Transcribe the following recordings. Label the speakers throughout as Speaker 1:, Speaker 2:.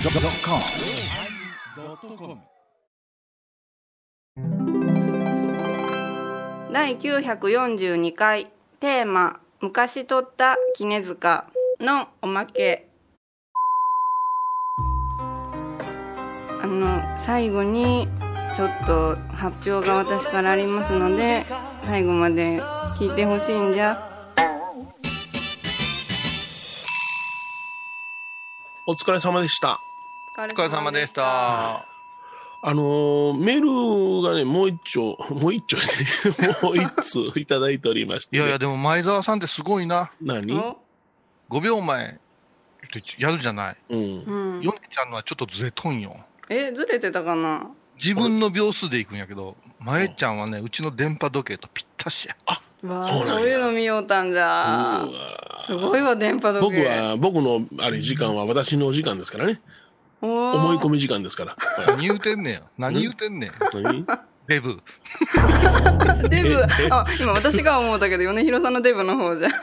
Speaker 1: YONNIRI.com
Speaker 2: 第942回テーマ「昔取った杵塚」のおまけあの最後にちょっと発表が私からありますので最後まで聞いてほしいんじゃ
Speaker 3: お疲れ様でした。
Speaker 2: お疲
Speaker 4: お疲れ様でした。
Speaker 3: あのーメールがね、もう一丁、 もう一丁ね、 もう一通いただいておりまして、
Speaker 4: いやいや、でも前澤さんってすごいな。
Speaker 3: 何
Speaker 2: お
Speaker 4: 5秒前、やるじゃない。
Speaker 3: うん。
Speaker 2: うん
Speaker 4: ヨネちゃんのはちょっとずれとんよ。
Speaker 2: えずれてたかな
Speaker 4: 自分の秒数でいくんやけど、前ちゃんはね、うちの電波時計とぴったしや。
Speaker 2: わあ
Speaker 3: そうなんや
Speaker 2: そういうの見ようたんじゃ
Speaker 3: うわ
Speaker 2: すごいわ電波時
Speaker 3: 僕
Speaker 2: 計
Speaker 3: は、僕の、あれ、時間は私の時間ですからね。思
Speaker 2: 思
Speaker 3: い込み時間ですから。はい
Speaker 4: 何言うてん ねん。何言うてんねん。
Speaker 3: 何
Speaker 4: デブ。
Speaker 2: デブあ今私が思うたけど米広さんのデブの方じゃ
Speaker 4: いや、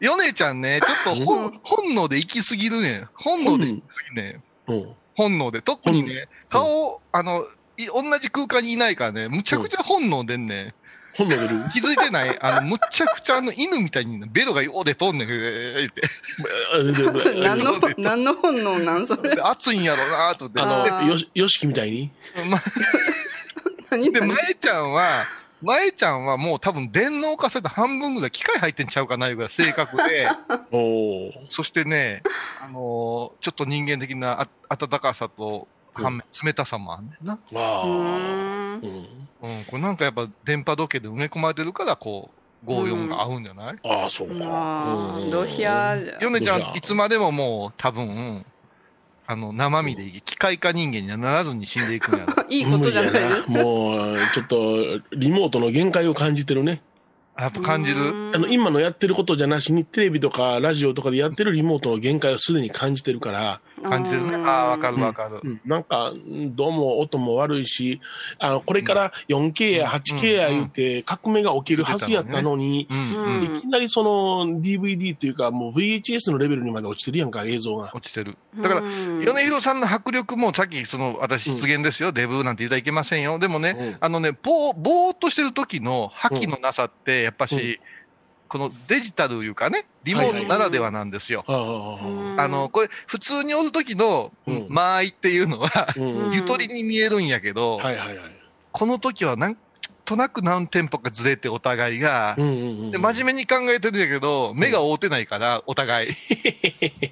Speaker 4: ヨネちゃんね、ちょっと本本能で行き過ぎるねん。本能で行き過ぎねん。
Speaker 3: うん。
Speaker 4: 本能で。特にね、顔、あの、い同じ空間にいないからね、むちゃくちゃ本能でんねん。
Speaker 3: 本能出る。
Speaker 4: 気づいてないあの、むちゃくちゃあの犬みたいにベロがようでとんねん、えーって。
Speaker 3: あででで
Speaker 2: 何の何の本能なんそれ
Speaker 4: で熱いんやろうなと思って。
Speaker 3: あの、
Speaker 2: あー
Speaker 3: よし、よしきみたいに。
Speaker 4: ま
Speaker 2: 何
Speaker 4: で、
Speaker 2: 何
Speaker 4: 前ちゃんは、前ちゃんはもう多分電脳化された半分ぐらい機械入ってんちゃうかないうぐらい正確で、
Speaker 3: おー
Speaker 4: そしてね、あのーちょっと人間的なあ温かさと反面、冷たさもあんねんな。
Speaker 2: う
Speaker 3: わあ。
Speaker 2: ーん
Speaker 3: うん。
Speaker 4: うん、これなんかやっぱ電波時計で埋め込まれてるから、こう、54が合うんじゃない
Speaker 3: ああ、そうか。
Speaker 2: ま
Speaker 3: う
Speaker 2: あ
Speaker 3: ん
Speaker 2: ドヒャーじゃ
Speaker 4: ヨネちゃ
Speaker 3: どうだ
Speaker 4: ん、いつまでももう多分、あの、生身で機械化人間にはならずに死んでいく んやろ。
Speaker 2: いいことじゃないで
Speaker 3: 無理やなもう、ちょっと、リモートの限界を感じてるね。
Speaker 4: やっぱ
Speaker 2: す
Speaker 4: 感じ
Speaker 2: う
Speaker 4: る。
Speaker 2: ーん
Speaker 3: あの、今のやってることじゃなしに、テレビとかラジオとかでやってるリモートの限界をすでに感じてるから、
Speaker 4: 感じてるね。
Speaker 2: うーん
Speaker 4: ああ、わかるわかる。
Speaker 3: なんか、うんどうも音も悪いし、あの、これから 4K や 8K や言うて、革命が起きるはずやったのに、
Speaker 4: うん、
Speaker 2: う
Speaker 4: うん
Speaker 2: ん。
Speaker 3: いきなりその DVD っていうか、もう VHS のレベルにまで落ちてるやんか、映像が。
Speaker 4: 落ちてる。だから、
Speaker 2: うん
Speaker 4: 米広さんの迫力も、さっき、その、私、失言ですよ、デブなんて言うたらいけませんよ。でもね、
Speaker 3: うん
Speaker 4: あのね、ぼー、ぼーっとしてる時の覇気のなさって、やっぱし、
Speaker 3: うん
Speaker 4: このデジタルいうかね、リモートならではなんですよ。
Speaker 3: ああ
Speaker 2: うん
Speaker 4: あの、これ、普通におる時の
Speaker 3: うん、
Speaker 4: 間合いっていうのは、
Speaker 3: うん
Speaker 2: うん
Speaker 4: ゆとりに見えるんやけど、
Speaker 3: はいはいはい。
Speaker 4: この時はなんとなく何店舗かずれてお互いが、
Speaker 3: うんうんうん
Speaker 4: で真面目に考えてるんやけど、目が合うてないから、お互い。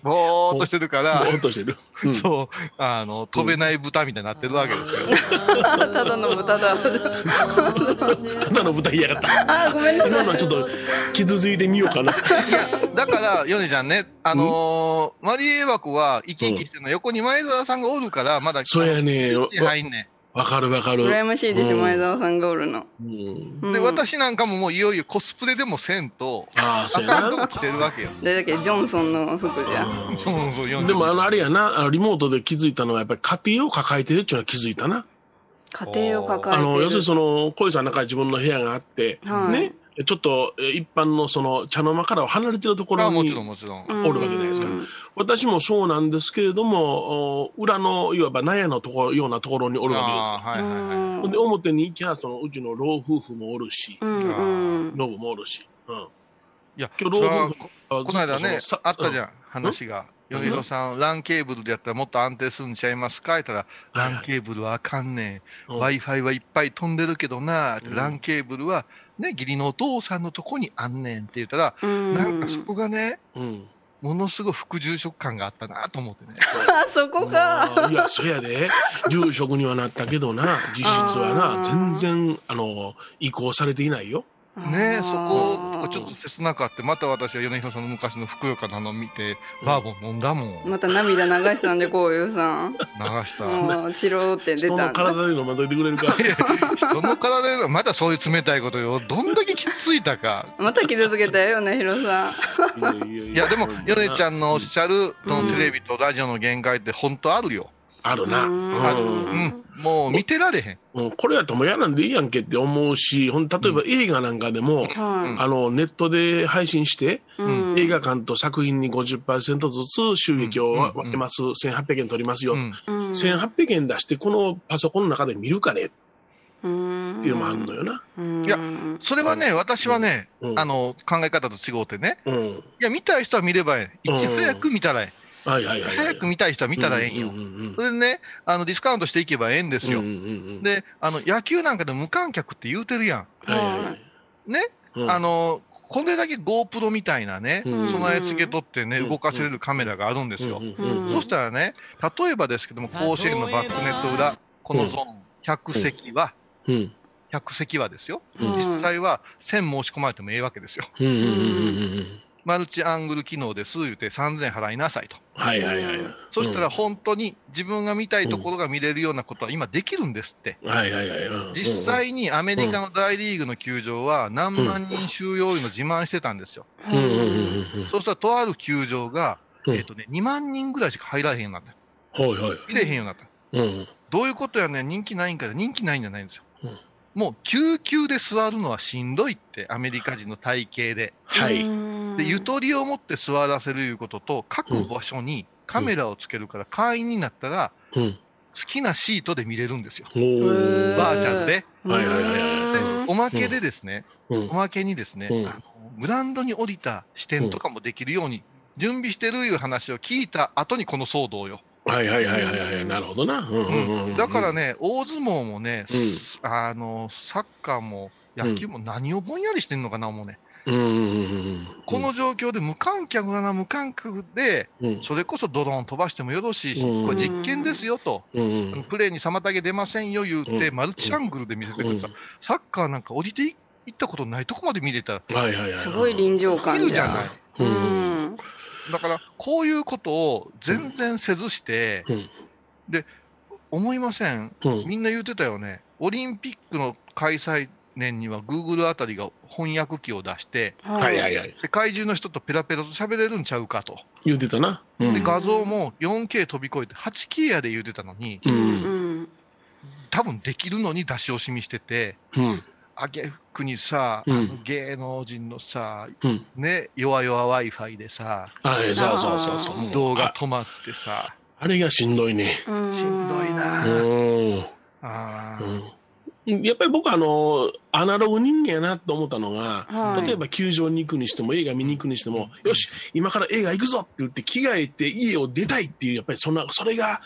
Speaker 4: ぼーっとしてるから
Speaker 3: ぼ、ーっとしてる。うん
Speaker 4: そう、あの、飛べない豚みたいになってるわけですよ。
Speaker 2: ただの豚 だ
Speaker 3: ただの舞台やがった。
Speaker 2: あーごめんな
Speaker 3: 今の
Speaker 2: さ
Speaker 3: はいちょっと傷ついてみよう かな。
Speaker 4: だから、ヨネちゃんね、あのーマリエバコは生き生きしてるのは横に前澤さんがおるから、まだ、
Speaker 3: そうやね。わ
Speaker 4: あの入んね
Speaker 3: わかるわかる。
Speaker 2: 羨ましいでしょ
Speaker 3: うん
Speaker 2: 前澤さんがおるの
Speaker 3: うん
Speaker 4: ん。
Speaker 2: で
Speaker 4: で、私なんかももういよいよコスプレでもせんと、
Speaker 3: ああ、
Speaker 4: あ
Speaker 3: そうや
Speaker 4: かんと
Speaker 3: な。
Speaker 4: こ着てるわけよ。
Speaker 2: 誰だっけジョンソンの服じゃん
Speaker 4: そうそう、ヨネちゃん
Speaker 3: でもあの、あれやな、あのリモートで気づいたのは、やっぱり家庭を抱えてるっていうのは気づいたな。
Speaker 2: 家庭を抱え
Speaker 3: あ
Speaker 2: てる
Speaker 3: の、要するにその、小井さんの中に自分の部屋があって、
Speaker 2: はい
Speaker 3: ね、ちょっとえ一般のその茶の間からは離れてるとこ
Speaker 4: あ
Speaker 3: ろ
Speaker 4: もちろん
Speaker 3: に、
Speaker 4: もちろん。
Speaker 2: うん
Speaker 3: おるわけじゃないですか私もそうなんですけれども、お裏の、いわば納屋のところ、ようなところにおるわけですよ
Speaker 4: ああ、はいはいはい。
Speaker 3: ほんで、表に行きゃ、その、うちの老夫婦もおるし、
Speaker 2: うんうん
Speaker 3: ノブもおるし、うん。
Speaker 4: いや、
Speaker 3: 今
Speaker 4: そ
Speaker 3: 日
Speaker 4: れ
Speaker 3: 老
Speaker 4: は
Speaker 3: 夫婦こ
Speaker 4: この間ね、あったじ
Speaker 3: ゃん
Speaker 4: ゃん、話が。米広さん、ランケーブルでやったらもっと安定するんちゃいますか言ったら、
Speaker 3: はいは
Speaker 4: ラ
Speaker 3: い
Speaker 4: ンケーブルはあかんねん。
Speaker 3: うん
Speaker 4: Wi-Fi はいっぱい飛んでるけどな、って
Speaker 3: うん
Speaker 4: ランケーブルは、ね、義理のお父さんのとこにあんねんって言ったら、
Speaker 2: うん
Speaker 4: なんかそこがね、
Speaker 3: そう。 うん。
Speaker 4: ものすごい副住職感があったなと思ってね。
Speaker 2: あそこか
Speaker 3: いや、そやで、住職にはなったけどな、実質は
Speaker 2: あー
Speaker 3: な、全然、あの、移行されていないよ。
Speaker 4: ね
Speaker 2: あ
Speaker 4: そ
Speaker 2: ー
Speaker 4: こ、ちょっと切なくあって、また私は米広さんの昔のふくよかなの見て、バーボン飲んだもん。流
Speaker 2: また涙流したんでこういうさん
Speaker 4: した。
Speaker 2: もうチローって出
Speaker 3: 人
Speaker 2: た
Speaker 3: の
Speaker 2: んだ
Speaker 3: 体で飲まんといてくれるか。
Speaker 4: 人の体がまだそういう冷たいことよ。どんだけ傷ついたか。
Speaker 2: また傷つけたよねヒロさん
Speaker 3: い
Speaker 4: いや、でも、ヨネちゃ
Speaker 3: ん。
Speaker 4: んのおっしゃる、そ
Speaker 2: うん
Speaker 4: のテレビとラジオの限界って本当あるよ。
Speaker 3: あるな。
Speaker 2: う
Speaker 3: うんん
Speaker 4: あるうん。もう見てられへん。
Speaker 3: うんこれやったらもうやらんでいいやんけって思うし、ほん例えば映画なんかでも、
Speaker 2: は
Speaker 3: あの、ネットで配信して、
Speaker 2: い。
Speaker 4: ん
Speaker 2: うん
Speaker 3: 映画館と作品に50%ずつ収益を
Speaker 4: うん
Speaker 3: 分けます。1800円取りますよ。
Speaker 4: うん。
Speaker 2: うん
Speaker 3: 1800円出して、このパソコンの中で見るかねっ
Speaker 2: うん
Speaker 3: ていうのもあるのよな。
Speaker 2: うん
Speaker 4: いやそれはね、私はね、
Speaker 3: うん。
Speaker 4: あの、考え方と違うてね。
Speaker 3: うん。
Speaker 4: いや、見たい人は見ればええ。いち
Speaker 3: うん
Speaker 4: 早く見たらえ
Speaker 3: はいはい
Speaker 4: え。
Speaker 3: はい。
Speaker 4: 早く見たい人は見たらええんよ
Speaker 3: うん。うん
Speaker 4: それでね、あの、ディスカウントしていけばええんで
Speaker 3: うん
Speaker 4: すよ
Speaker 3: うん。うん。
Speaker 4: で、あの、野球なんかでも無観客って言うてるや
Speaker 3: はいはいはい
Speaker 4: ん。ね
Speaker 3: うん
Speaker 4: あの、これだけ GoPro みたいなね、
Speaker 3: うん
Speaker 4: 備え付けとってね、
Speaker 3: うん
Speaker 4: 動かせれるカメラがあるんですよ
Speaker 3: うん。うんうん
Speaker 4: そしたらね、例えばですけども、甲子園のバックネット裏、このゾーン、100席は、
Speaker 3: うん
Speaker 4: 100席はですよ。
Speaker 3: うん
Speaker 4: 実際は1000申し込まれてもええわけですよ。
Speaker 3: うんうんうんうんうん。
Speaker 4: マルチアングル機能です、言うて3000払いなさいと。
Speaker 3: はいはいはい。
Speaker 4: そしたら本当に自分が見たいところが見れるようなことは今できるんですって。
Speaker 3: うん、はいはいはい。うん
Speaker 4: 実、際にアメリカの大リーグの球場は何万人収容員の自慢してたんですよ。
Speaker 3: うんうんうんうんうん。
Speaker 4: そうしたらとある球場が、
Speaker 3: うん
Speaker 4: えっとね、2万人ぐらいしか入られへんようになった。
Speaker 3: はいはい。
Speaker 4: 入れへんようになった。
Speaker 3: うん。
Speaker 4: どういうことやねん人気ないんかで人気ないんじゃないんですよ
Speaker 3: うん。
Speaker 4: もう、救急で座るのはしんどいって、アメリカ人の体型で。
Speaker 3: はい。
Speaker 4: で、ゆとりを持って座らせるいうことと、各場所にカメラをつけるから、会員になったら、
Speaker 3: うん。
Speaker 4: 好きなシートで見れるんですよ。
Speaker 3: おー。
Speaker 4: ばあちゃんで。
Speaker 3: はいはいはいはい
Speaker 4: で
Speaker 2: うん、
Speaker 4: おまけでですね、
Speaker 3: うん
Speaker 4: お。まけにですね、
Speaker 3: うん
Speaker 4: あのグラウンドに降りた視点とかもできるように、準備してるいう話を聞いた後にこの騒動よ。
Speaker 3: はいはいはいはいはい。なるほどな。うんうんうんうん。
Speaker 4: だからね、大相撲もね、
Speaker 3: うん
Speaker 4: あの、サッカーも野球も何をぼんやりしてんのかな、もうね。
Speaker 3: うんうんうんうん。
Speaker 4: この状況で無観客だな、無観客で、
Speaker 3: うん、
Speaker 4: それこそドローン飛ばしてもよろしいし、
Speaker 3: うん
Speaker 4: これ実験ですよと、
Speaker 3: うんう
Speaker 4: あ
Speaker 3: ん。
Speaker 4: のプレーに妨げ出ませんよ言って、
Speaker 3: うん
Speaker 4: マルチアングルで見せてくれた、
Speaker 3: うん
Speaker 4: サッカーなんか降りていったことないとこまで見れた
Speaker 3: はいはいはい。
Speaker 2: すごい臨場
Speaker 4: ら、
Speaker 2: 感
Speaker 4: 見
Speaker 2: で
Speaker 4: るじゃない。
Speaker 3: う。
Speaker 2: うんん
Speaker 4: だから、こういうことを全然せずして、
Speaker 3: うん
Speaker 4: 思いません
Speaker 3: うん。
Speaker 4: みんな言ってたよね、オリンピックの開催年には、グーグルあたりが翻訳機を出して、
Speaker 3: はいはいはい。
Speaker 4: 世界中の人とペラペラと喋れるんちゃうかと、
Speaker 3: 言うてたな。う
Speaker 4: で
Speaker 3: ん。
Speaker 4: 画像も 4K 飛び越えて、8K やで言ってたのに、
Speaker 3: う
Speaker 2: うん
Speaker 3: ん。
Speaker 4: 多分できるのに出し惜しみしてて、
Speaker 3: うん。
Speaker 4: あげくにさ、
Speaker 3: うん
Speaker 4: あの芸能人のさ、
Speaker 3: うん。
Speaker 4: ね、弱々 w i f i でさ、
Speaker 3: はい、そうそうそうそう。もう
Speaker 4: 動画
Speaker 3: あ。
Speaker 4: 止まってさ、
Speaker 3: あれがしんどいね。
Speaker 2: うん
Speaker 4: しんどいな
Speaker 3: う
Speaker 4: あー
Speaker 3: ん。うん。やっぱり僕はあの、アナログ人間やなと思ったのが、
Speaker 2: はい
Speaker 3: 例えば球場に行くにしても映画見に行くにしても、よし、今から映画行くぞって言って着替えて家を出たいっていう、やっぱりそんな、それが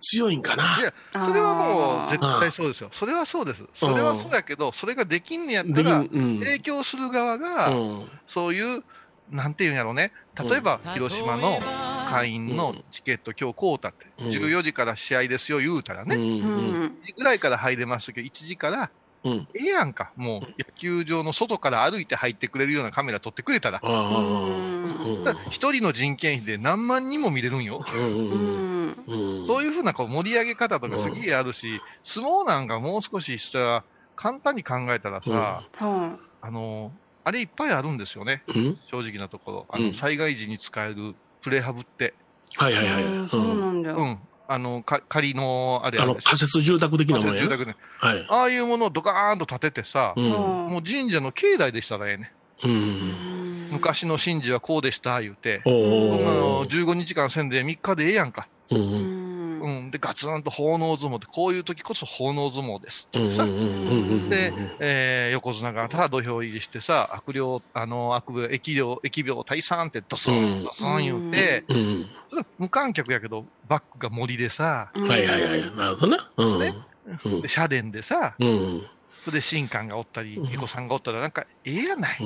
Speaker 3: 強いんかな。
Speaker 4: いや、それはもう絶対そうですよ。それはそうです。それはそうやけど、それができんねやった
Speaker 3: でき
Speaker 4: ら
Speaker 3: ん、、うん。
Speaker 4: 提供する側が、
Speaker 3: うん
Speaker 4: そういう、なんていうんやろうね、例えば広島の会員のチケット、今日買うたっ
Speaker 3: う
Speaker 4: て、
Speaker 3: ん
Speaker 4: 14時から試合ですよ、言うたら
Speaker 3: う
Speaker 4: ね、
Speaker 2: うんん
Speaker 4: 1時ぐらいから入れますけど、1時から、
Speaker 3: うん。
Speaker 4: ええやんか、もう野球場の外から歩いて入ってくれるようなカメラ撮ってくれたら、
Speaker 3: ああ。うん
Speaker 4: だから一人の人件費で何万人も見れるんよ。
Speaker 2: う
Speaker 3: うん
Speaker 2: ん
Speaker 3: うん。
Speaker 4: そう
Speaker 3: い
Speaker 4: いうふうなこう盛り上げ方とかすげえあるし、相撲なんかもう少ししたら、簡単に考えたらさ、
Speaker 2: は
Speaker 4: あの、あれいっぱいあるんですよね、
Speaker 3: うん。
Speaker 4: 正直なところ。あ
Speaker 3: うん
Speaker 4: の、災害時に使えるプレハブって。
Speaker 3: はいはいいはい。
Speaker 2: うんそうなんだ
Speaker 4: う
Speaker 2: よ
Speaker 4: ん。あの、か仮の、あれ
Speaker 3: あ
Speaker 4: あ
Speaker 3: の、
Speaker 4: るでしょ
Speaker 3: 仮設住宅的なもんや
Speaker 4: 住
Speaker 3: な。
Speaker 4: 宅ね。
Speaker 3: はい。
Speaker 4: ああいうものをドカーンと建ててさ
Speaker 3: う、ん。
Speaker 4: もう神社の境内でしたらええね。
Speaker 3: うん。
Speaker 4: 昔の神事はこうでした、言うて。
Speaker 3: お
Speaker 4: そんな
Speaker 3: お
Speaker 4: の。15日間せんで3日でええやんか。
Speaker 3: う。
Speaker 2: うんん
Speaker 4: うん。で、ガツンと奉納相撲って、こういう時こそ奉納相撲です。
Speaker 3: うん
Speaker 4: さ
Speaker 3: うん
Speaker 4: で、えー横綱がただ土俵入りしてさ、悪霊、あの、悪病、疫病、疫病退散ってドス
Speaker 3: うん
Speaker 4: ン、ドスン言って、
Speaker 3: うん。
Speaker 4: それ無観客やけど、バックが森でさ、
Speaker 2: うん
Speaker 3: はいはいはい。なるほどな。うん。
Speaker 4: で社殿でさ、
Speaker 3: うん。
Speaker 4: それで神官がおったり、
Speaker 3: うん
Speaker 4: 巫女さんがおったら、なんか、ええやない。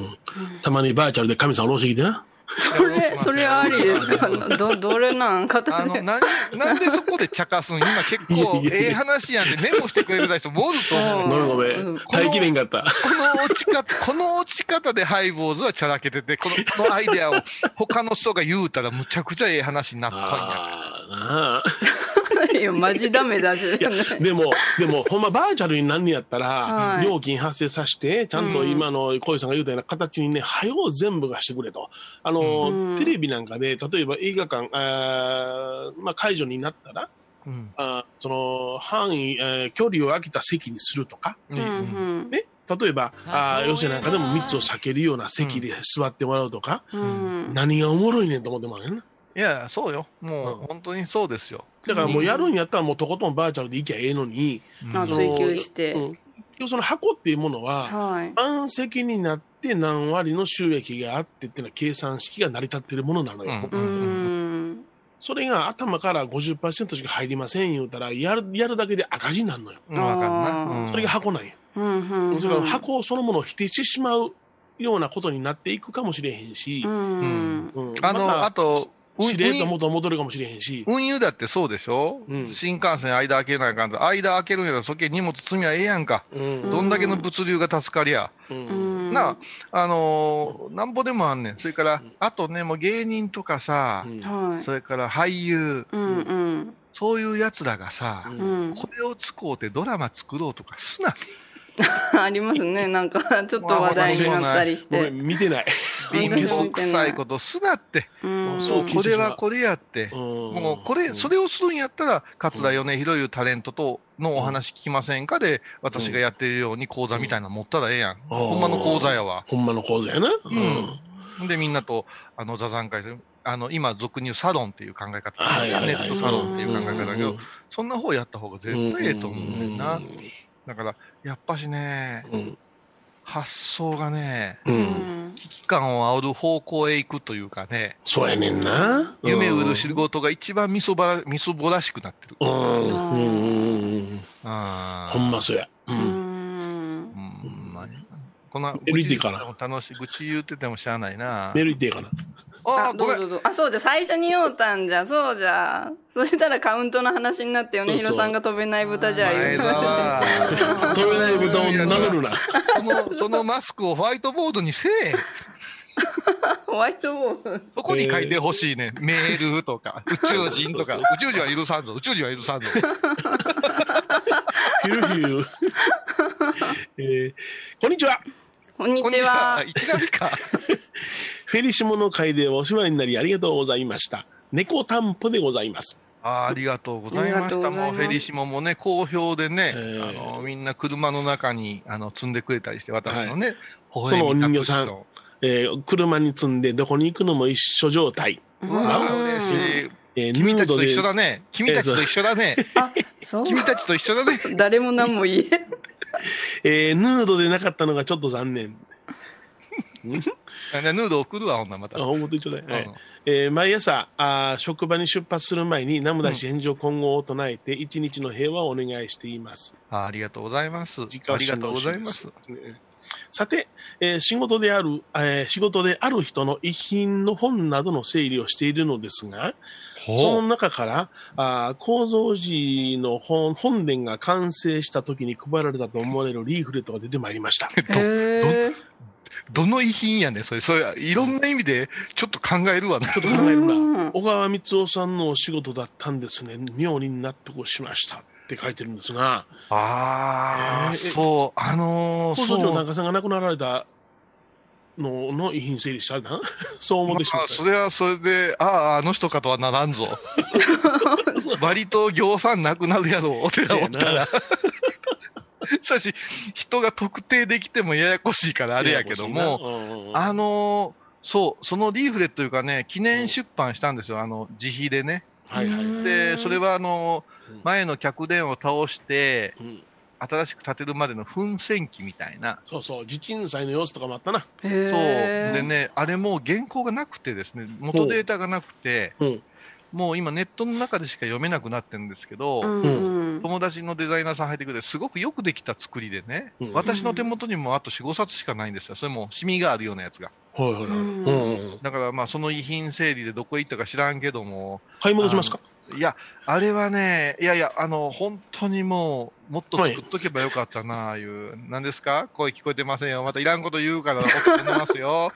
Speaker 3: たまにバーチャルで神さん下ろしてきてな。
Speaker 2: それそれありですか どどれなんか
Speaker 4: あの、なん、なんでそこで茶化すん今結構、
Speaker 3: いやいやいや
Speaker 4: ええ話やんでメモしてくれてた人もおると思う。
Speaker 2: うん
Speaker 3: ごめんごめん。耐えきれんかった。
Speaker 4: この落ち方、この落ち方でハイボーズはちゃらけてて、この、このアイデアを他の人が言うたらむちゃくちゃええ話になったんや。
Speaker 3: ああ、なあ。
Speaker 2: いやマジダメだし
Speaker 3: でも、でも、ほんまバーチャルになんねやったら、
Speaker 2: はい
Speaker 3: 料金発生させて、ちゃんと今の小井さんが言うたような形にね、早う全部がしてくれと。あ
Speaker 2: う
Speaker 3: の、
Speaker 2: ん
Speaker 3: テレビなんかで、例えば映画館、あーまあ、解除になったら、
Speaker 4: うん。
Speaker 3: あその範囲、えー距離を空けた席にするとか、
Speaker 4: う
Speaker 2: うん
Speaker 4: ん。
Speaker 3: ね、例えば、あー寄席なんかでも密を避けるような席で座ってもらうとか、
Speaker 2: うんうん
Speaker 3: 何がおもろいねんと思ってもらうねんな。
Speaker 4: いや、そうよ。も
Speaker 3: うん
Speaker 4: う、本当にそうですよ。
Speaker 3: だからもうやるんやったらもうとことんバーチャルで行きゃええのに、
Speaker 4: うん
Speaker 2: あ
Speaker 3: の
Speaker 2: 追求して
Speaker 3: うん結局その箱っていうものは、
Speaker 2: はい
Speaker 3: 満席になって何割の収益があってっていうのは計算式が成り立ってるものなのよ。
Speaker 4: うん
Speaker 2: うん
Speaker 3: それが頭から50%しか入りません言うたら、やる、やるだけで赤字になるのよ。
Speaker 4: うんわかるな。うん
Speaker 3: それが箱なんや。
Speaker 2: うんうん
Speaker 3: それから箱そのものを否定してしまうようなことになっていくかもしれへんし
Speaker 2: う、ん
Speaker 3: うん
Speaker 4: あの、あと、運
Speaker 3: しれっと元に戻るかもしれへんし、
Speaker 4: 運輸だってそうでしょ、
Speaker 3: うん
Speaker 4: 新幹線間開けないかんと。間開けるんやったら、そっけ荷物積みはええやんか。
Speaker 3: うん
Speaker 2: う
Speaker 4: どんだけの物流が助かりゃ。
Speaker 3: うん
Speaker 2: うん
Speaker 4: なあ、あのーなんぼでもあんねん。それから、あとね、もう芸人とかさ、
Speaker 3: うん
Speaker 2: はい
Speaker 4: それから俳優、
Speaker 2: うんうん
Speaker 4: そういう奴らがさ、
Speaker 3: う
Speaker 2: うんん
Speaker 4: これを使うてドラマ作ろうとかすな。
Speaker 2: ありますねなんかちょっと話題になったりし
Speaker 3: ごめ
Speaker 2: て
Speaker 3: ん、見てない。
Speaker 4: 貧乏くさいことすなって。
Speaker 2: うん
Speaker 3: そう
Speaker 4: これはこれやって。も
Speaker 3: も
Speaker 4: うこれ、それをするんやったら、桂米広いうタレントとのお話聞きませんかで、私がやってるように講座みたいなの持ったらええやん。ほんまの講座。やわ。
Speaker 3: ほんまの講座やな。うん
Speaker 4: で、みんなと、あの、座談会で、あの、今、俗に言うサロンっていう考え方、
Speaker 3: はいはいはい
Speaker 4: ネットサロンっていう考え方だけど、
Speaker 3: ん
Speaker 4: そんな方やった方が絶対ええと思うねんな。だから、やっぱしね、
Speaker 3: うん
Speaker 4: 発想がね、
Speaker 3: う。
Speaker 2: うんん
Speaker 4: 危機感を煽る方向へ行くというかね、
Speaker 3: そうやねんな。
Speaker 4: 夢売る仕事が一番みそばら、みそぼらしくなってる。
Speaker 3: うんうん
Speaker 2: あー
Speaker 3: うんうん。
Speaker 4: あ
Speaker 3: ほんまそうや。う
Speaker 2: うんん
Speaker 4: うん、まあ、この、
Speaker 3: メルディーかな
Speaker 4: 愚痴言ってても楽しい、愚痴言っててもしゃあないな。
Speaker 3: メールいってええかな。
Speaker 4: あ
Speaker 2: あ、ど
Speaker 4: ごめ。
Speaker 2: うんぞどうぞ。あ、そうじゃ、最初に言おうたん じゃ、そうじゃ。そしたらカウントの話になって、米
Speaker 3: そうそう
Speaker 2: 広さんが飛べない豚じゃ
Speaker 4: 前
Speaker 2: 言うたん で
Speaker 4: 澤
Speaker 3: 飛べない豚をなぞるな。
Speaker 4: その、 そのマスクをホワイトボードにせえ。
Speaker 2: ホワイトボード。
Speaker 4: そこに書いてほしいね。メール とか、宇宙人とか、
Speaker 3: そう
Speaker 4: 宇宙人は許さんぞ、宇宙人は許さんぞ。
Speaker 3: ヒューヒュー。 えーこんにちは。
Speaker 2: こんにちは。
Speaker 4: いきなりか。
Speaker 3: フェリシモの会でお世話になりありがとうございました。猫担保でございます。
Speaker 4: あーありがとうござい
Speaker 2: あ
Speaker 4: ま
Speaker 2: りが
Speaker 4: し
Speaker 2: と
Speaker 4: た。
Speaker 2: うござい
Speaker 4: も
Speaker 2: ま
Speaker 4: う
Speaker 2: す
Speaker 4: フェリシモもね、好評でね、
Speaker 3: えー
Speaker 4: あの、みんな車の中に、あの、積んでくれたりして、私のね、微
Speaker 3: そのお
Speaker 4: 笑み
Speaker 3: 人
Speaker 4: タ
Speaker 3: 形
Speaker 4: クシ
Speaker 3: さん
Speaker 4: ョン
Speaker 3: えー車に積んでどこに行くのも一緒状態。
Speaker 2: う
Speaker 4: うわー、
Speaker 2: ん
Speaker 4: 嬉しい。
Speaker 3: えー
Speaker 4: 君た
Speaker 3: ヌー
Speaker 4: ち
Speaker 3: ド
Speaker 4: と
Speaker 3: で
Speaker 4: 一緒だね。君たちと一緒だね。
Speaker 2: あ、そう。
Speaker 4: 君たちと一緒だ ね。
Speaker 2: 誰も何も 言え。
Speaker 3: えーヌードでなかったのがちょっと残念。
Speaker 4: あじゃあヌード送るわ、ほんならまた。
Speaker 3: あ、ほんまとちょうだい。は
Speaker 4: う
Speaker 3: い
Speaker 4: ん
Speaker 3: えー毎朝あー、職場に出発する前に、ナムダ氏返上今後を唱えて、一日の平和をお願いしています。
Speaker 4: あありがとうございます。あり
Speaker 3: 実家は
Speaker 4: がとうございます。
Speaker 3: さて、えー仕事である、えー仕事である人の遺品の本などの整理をしているのですが、その中から、あー構造寺の本本殿が完成した時に配られたと思われるリーフレットが出てまいりま した。
Speaker 2: へー
Speaker 4: どの遺品やねんそれ。それ、いろんな意味で、ちょっと考えるわな。
Speaker 3: ちょっと考える
Speaker 2: うん
Speaker 3: な。小川光夫さんのお仕事だったんですね。妙に納得しました。って書いてるんですが、
Speaker 4: あ
Speaker 3: えー
Speaker 4: あ、そう、あのー、
Speaker 3: 構造
Speaker 4: そ
Speaker 3: 寺
Speaker 4: う。
Speaker 3: の
Speaker 4: ま
Speaker 3: 中さんが亡くなられたのの遺品整理したな。 そう思ってしま
Speaker 4: あ、
Speaker 3: った。
Speaker 4: それはそれで、ああ、あの人かとはならんぞ。割と行さんなくなるやろ、お寺おった ら。しかし、人が特定できてもややこしいからあれやけども、
Speaker 3: うんうん、
Speaker 4: あのーそう、そのリーフレットというかね、記念出版したんですよ、あの、自費でね。
Speaker 3: はいはいはい。
Speaker 4: で、それはあの
Speaker 3: うん
Speaker 4: 前の客殿を倒して、
Speaker 3: うん
Speaker 4: 新しく建てるまでの噴戦記みたいな。
Speaker 3: そうそう、地鎮祭の様子とかもあったな。
Speaker 4: そう。
Speaker 2: へー
Speaker 4: でね、あれもう原稿がなくてですね、元データがなくて、
Speaker 3: うん
Speaker 4: もう今ネットの中でしか読めなくなってるんですけど、
Speaker 2: うんうん。
Speaker 4: 友達のデザイナーさん入ってくれて、すごくよくできた作りでね、
Speaker 3: うん
Speaker 4: 私の手元にもあと4、5冊しかないんですよ。それもシミがあるようなやつが。
Speaker 3: はいはいはい。
Speaker 2: うん
Speaker 3: うんうんうん
Speaker 4: だからまあその遺品整理でどこへ行ったか知らんけども、
Speaker 3: 買い戻しますか
Speaker 4: いや、あれはね、いやいや、あの、本当にもう、もっと作っとけばよかったなあいう、 何ですか声聞こえてませんよ。またいらんこと言うから、怒ってますよ。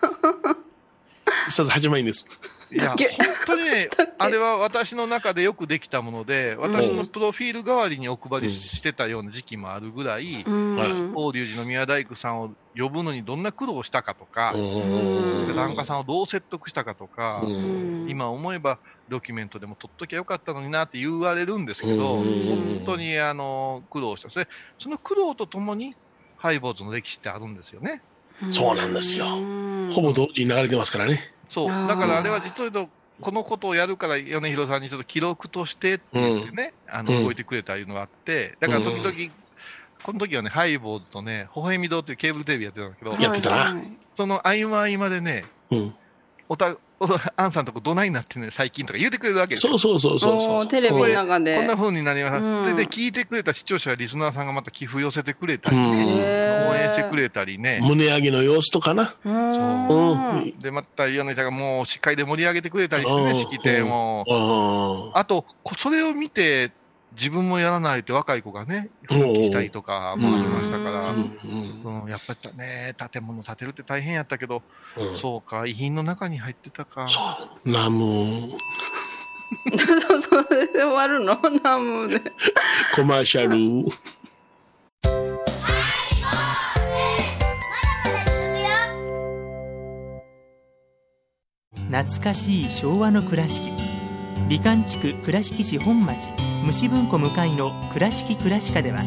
Speaker 3: 一冊8万円です。
Speaker 4: いや、
Speaker 2: だっ
Speaker 4: 本
Speaker 2: け
Speaker 4: 当 にね、あれは私の中でよくできたもので、私のプロフィール代わりにお配りしてたような時期もあるぐらい、
Speaker 2: うん。
Speaker 4: 法隆寺の宮大工さんを呼ぶのにどんな苦労したかとか、
Speaker 2: うん
Speaker 4: 檀家さんをどう説得したかとか、
Speaker 3: うん
Speaker 2: うん
Speaker 4: 今思えばドキュメントでも撮っときゃよかったのになって言われるんですけど、
Speaker 2: ん
Speaker 4: 本当にあの苦労したそれその苦労とともにハイボーズの歴史ってあるんですよね
Speaker 3: そうなんですよ
Speaker 2: うん
Speaker 3: ほぼ同時に流れてますからね。
Speaker 4: そう
Speaker 2: あー
Speaker 4: だからあれは実を言うとこのことをやるから米広さんにちょっと記録としてって言ってね、あ
Speaker 3: う
Speaker 4: の
Speaker 3: ん
Speaker 4: 動いてくれたいうのがあってだから時々、
Speaker 3: う
Speaker 4: この時はねハイボーズとね微笑み堂っていうケーブルテレビやってたんだけど、
Speaker 3: やってたな
Speaker 2: はいはい
Speaker 4: その合間合間でね
Speaker 3: うん。
Speaker 4: おたおたアンさんとこどないなってんねん最近とか言うてくれるわけですよ
Speaker 3: そうそうそうそう
Speaker 2: お
Speaker 3: そ
Speaker 2: ー
Speaker 3: う。
Speaker 2: テレビの中で。
Speaker 4: こんな風になりました。
Speaker 2: うん
Speaker 4: で、で聞いてくれた視聴者やリスナーさんがまた寄付寄せてくれたりね、
Speaker 3: うん
Speaker 4: 応援してくれたりね、
Speaker 3: 胸上げの様子とかな。
Speaker 2: う
Speaker 3: う
Speaker 2: ーん
Speaker 3: ん。
Speaker 4: で、また米ちゃんがもう司会で盛り上げてくれたりして
Speaker 3: うん
Speaker 4: ね、式典を。
Speaker 3: ああ。
Speaker 4: あと、こそれを見て、自分もやらないって若い子がね、奮起したりとかもありましたか
Speaker 3: う
Speaker 4: ら、
Speaker 3: ん
Speaker 4: うんうんやっぱりね、建物建てるって大変やったけど、
Speaker 3: うんうんそ
Speaker 4: そうか、遺品の中に入ってたか。
Speaker 3: う。ナム、
Speaker 2: そう、それで終わるの ナムで。
Speaker 3: コマーシャル。
Speaker 1: 懐かしい昭和の倉敷美観地区倉敷市本町虫文庫向かいの「倉敷倉歯科」では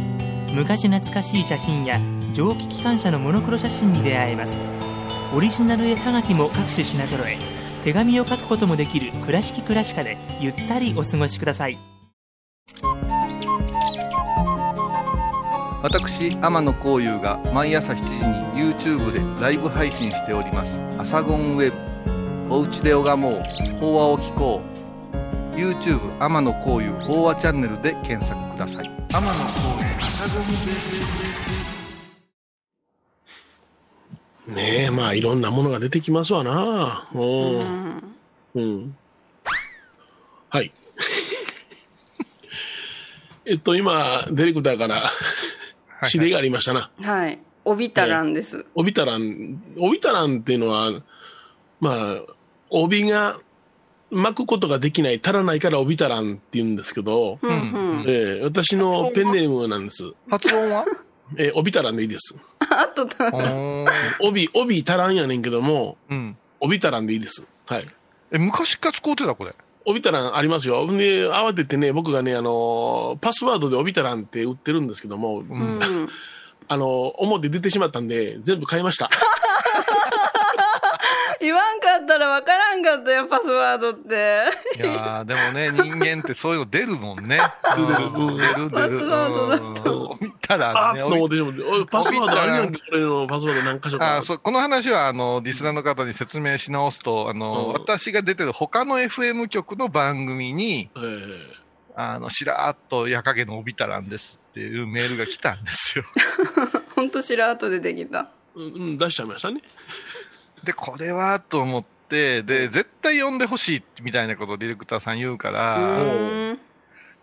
Speaker 1: 昔懐かしい写真や蒸気機関車のモノクロ写真に出会えますオリジナル絵はがきも各種品揃え手紙を書くこともできる「倉敷倉歯科」でゆったりお過ごしください
Speaker 4: 私天野幸雄が毎朝7時に YouTube でライブ配信しております「アサゴンウェブ」「おうちで拝もう法話を聞こう」YouTube 天野幸雄法話チャンネルで検索ください天野幸雄アサゴンウェ
Speaker 3: ねえ、まあいろんなものが出てきますわな。う。
Speaker 2: うんん。
Speaker 3: うん。はい。 えっと、今、ディレクターから
Speaker 4: ブ
Speaker 3: 指令がありましたな。
Speaker 2: はい。おびたらんです。
Speaker 3: オビタラン、オビタランっていうのは、まあ、帯が巻くことができない、足らないからオビタランって言うんですけど、
Speaker 2: うんんうん。
Speaker 3: ええ私のペンネームなんです。
Speaker 4: 発音は
Speaker 3: ええ、オビタランでいいです。
Speaker 2: あとた、
Speaker 4: おー
Speaker 3: 帯、帯足らんやねんけども、
Speaker 4: うん
Speaker 3: オビタランでいいです。はい。
Speaker 4: え昔から使うてたこれ
Speaker 3: オビタランありますよ。で、慌ててね、僕がね、あのー、パスワードでオビタランって売ってるんですけども、
Speaker 2: う
Speaker 4: うん
Speaker 2: ん。
Speaker 3: あのー、表出てしまったんで、全部買いました。
Speaker 2: 言わんかったらわからんかったよ、パスワードって。
Speaker 4: いやーでもね人間ってそういうの出るもんね
Speaker 3: 出る
Speaker 4: うん 出る出
Speaker 2: パス
Speaker 4: る
Speaker 2: ワードだと
Speaker 4: うん見た
Speaker 3: あ
Speaker 4: ら
Speaker 3: ー
Speaker 4: ね
Speaker 3: と思ってしまって、おいパスワードあるやんけ、俺のパスワード何箇所 か。
Speaker 4: あそうこの話はあのリスナーの方に説明し直すとあの、
Speaker 3: うん
Speaker 4: 私が出てる他の FM 局の番組に
Speaker 3: ええ
Speaker 4: あのしらーっと矢影の帯たらんですっていうメールが来たんですよ。
Speaker 2: ほんと白後出てきた。
Speaker 3: うんうん、出しちゃいましたね。
Speaker 4: でこれはと思ってで絶対呼んでほしいみたいなことをディレクターさん言うか
Speaker 2: う
Speaker 4: ら、
Speaker 2: ーん。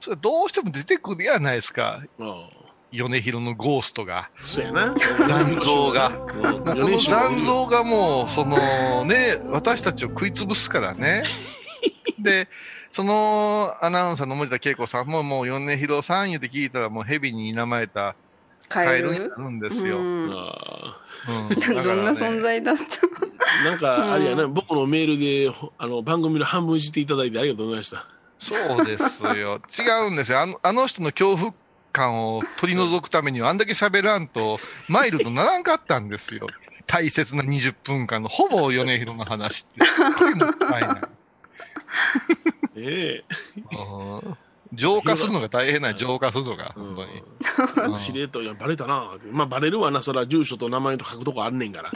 Speaker 4: それどうしても出てくるやないですか
Speaker 3: あ
Speaker 4: 米広のゴーストが
Speaker 3: あ、そうやな。
Speaker 4: 残像が。
Speaker 3: うん。
Speaker 4: この残像がもう、そのね、私たちを食い潰すから ね。で、そのアナウンサーの森田恵子さんも、もう米広さん言うて聞いたら、もう蛇に名まれたカ
Speaker 2: カ
Speaker 4: エ
Speaker 2: エ
Speaker 4: ル
Speaker 2: ル
Speaker 4: になるんですよ。
Speaker 2: う
Speaker 4: うん
Speaker 2: ん
Speaker 3: あ
Speaker 4: だからね
Speaker 2: どんな存在だった
Speaker 3: あなんか、あれやな、僕のメールで、ほあの、番組の半分していただいてありがとうございました。
Speaker 4: そうですよ。違うんですよ。あのあの人の恐怖感を取り除くためには、あんだけ喋らんと、マイルドならんかったんですよ。大切な20分間の、ほぼ米広の話って、すっごいもったいない。
Speaker 3: え
Speaker 4: 浄化するのが大変な浄化するのが、
Speaker 3: え
Speaker 4: 本当に。
Speaker 3: うん司令塔、いや、バレたな。まあ、バレるわな、そら、住所と名前と書くとこあんねんから。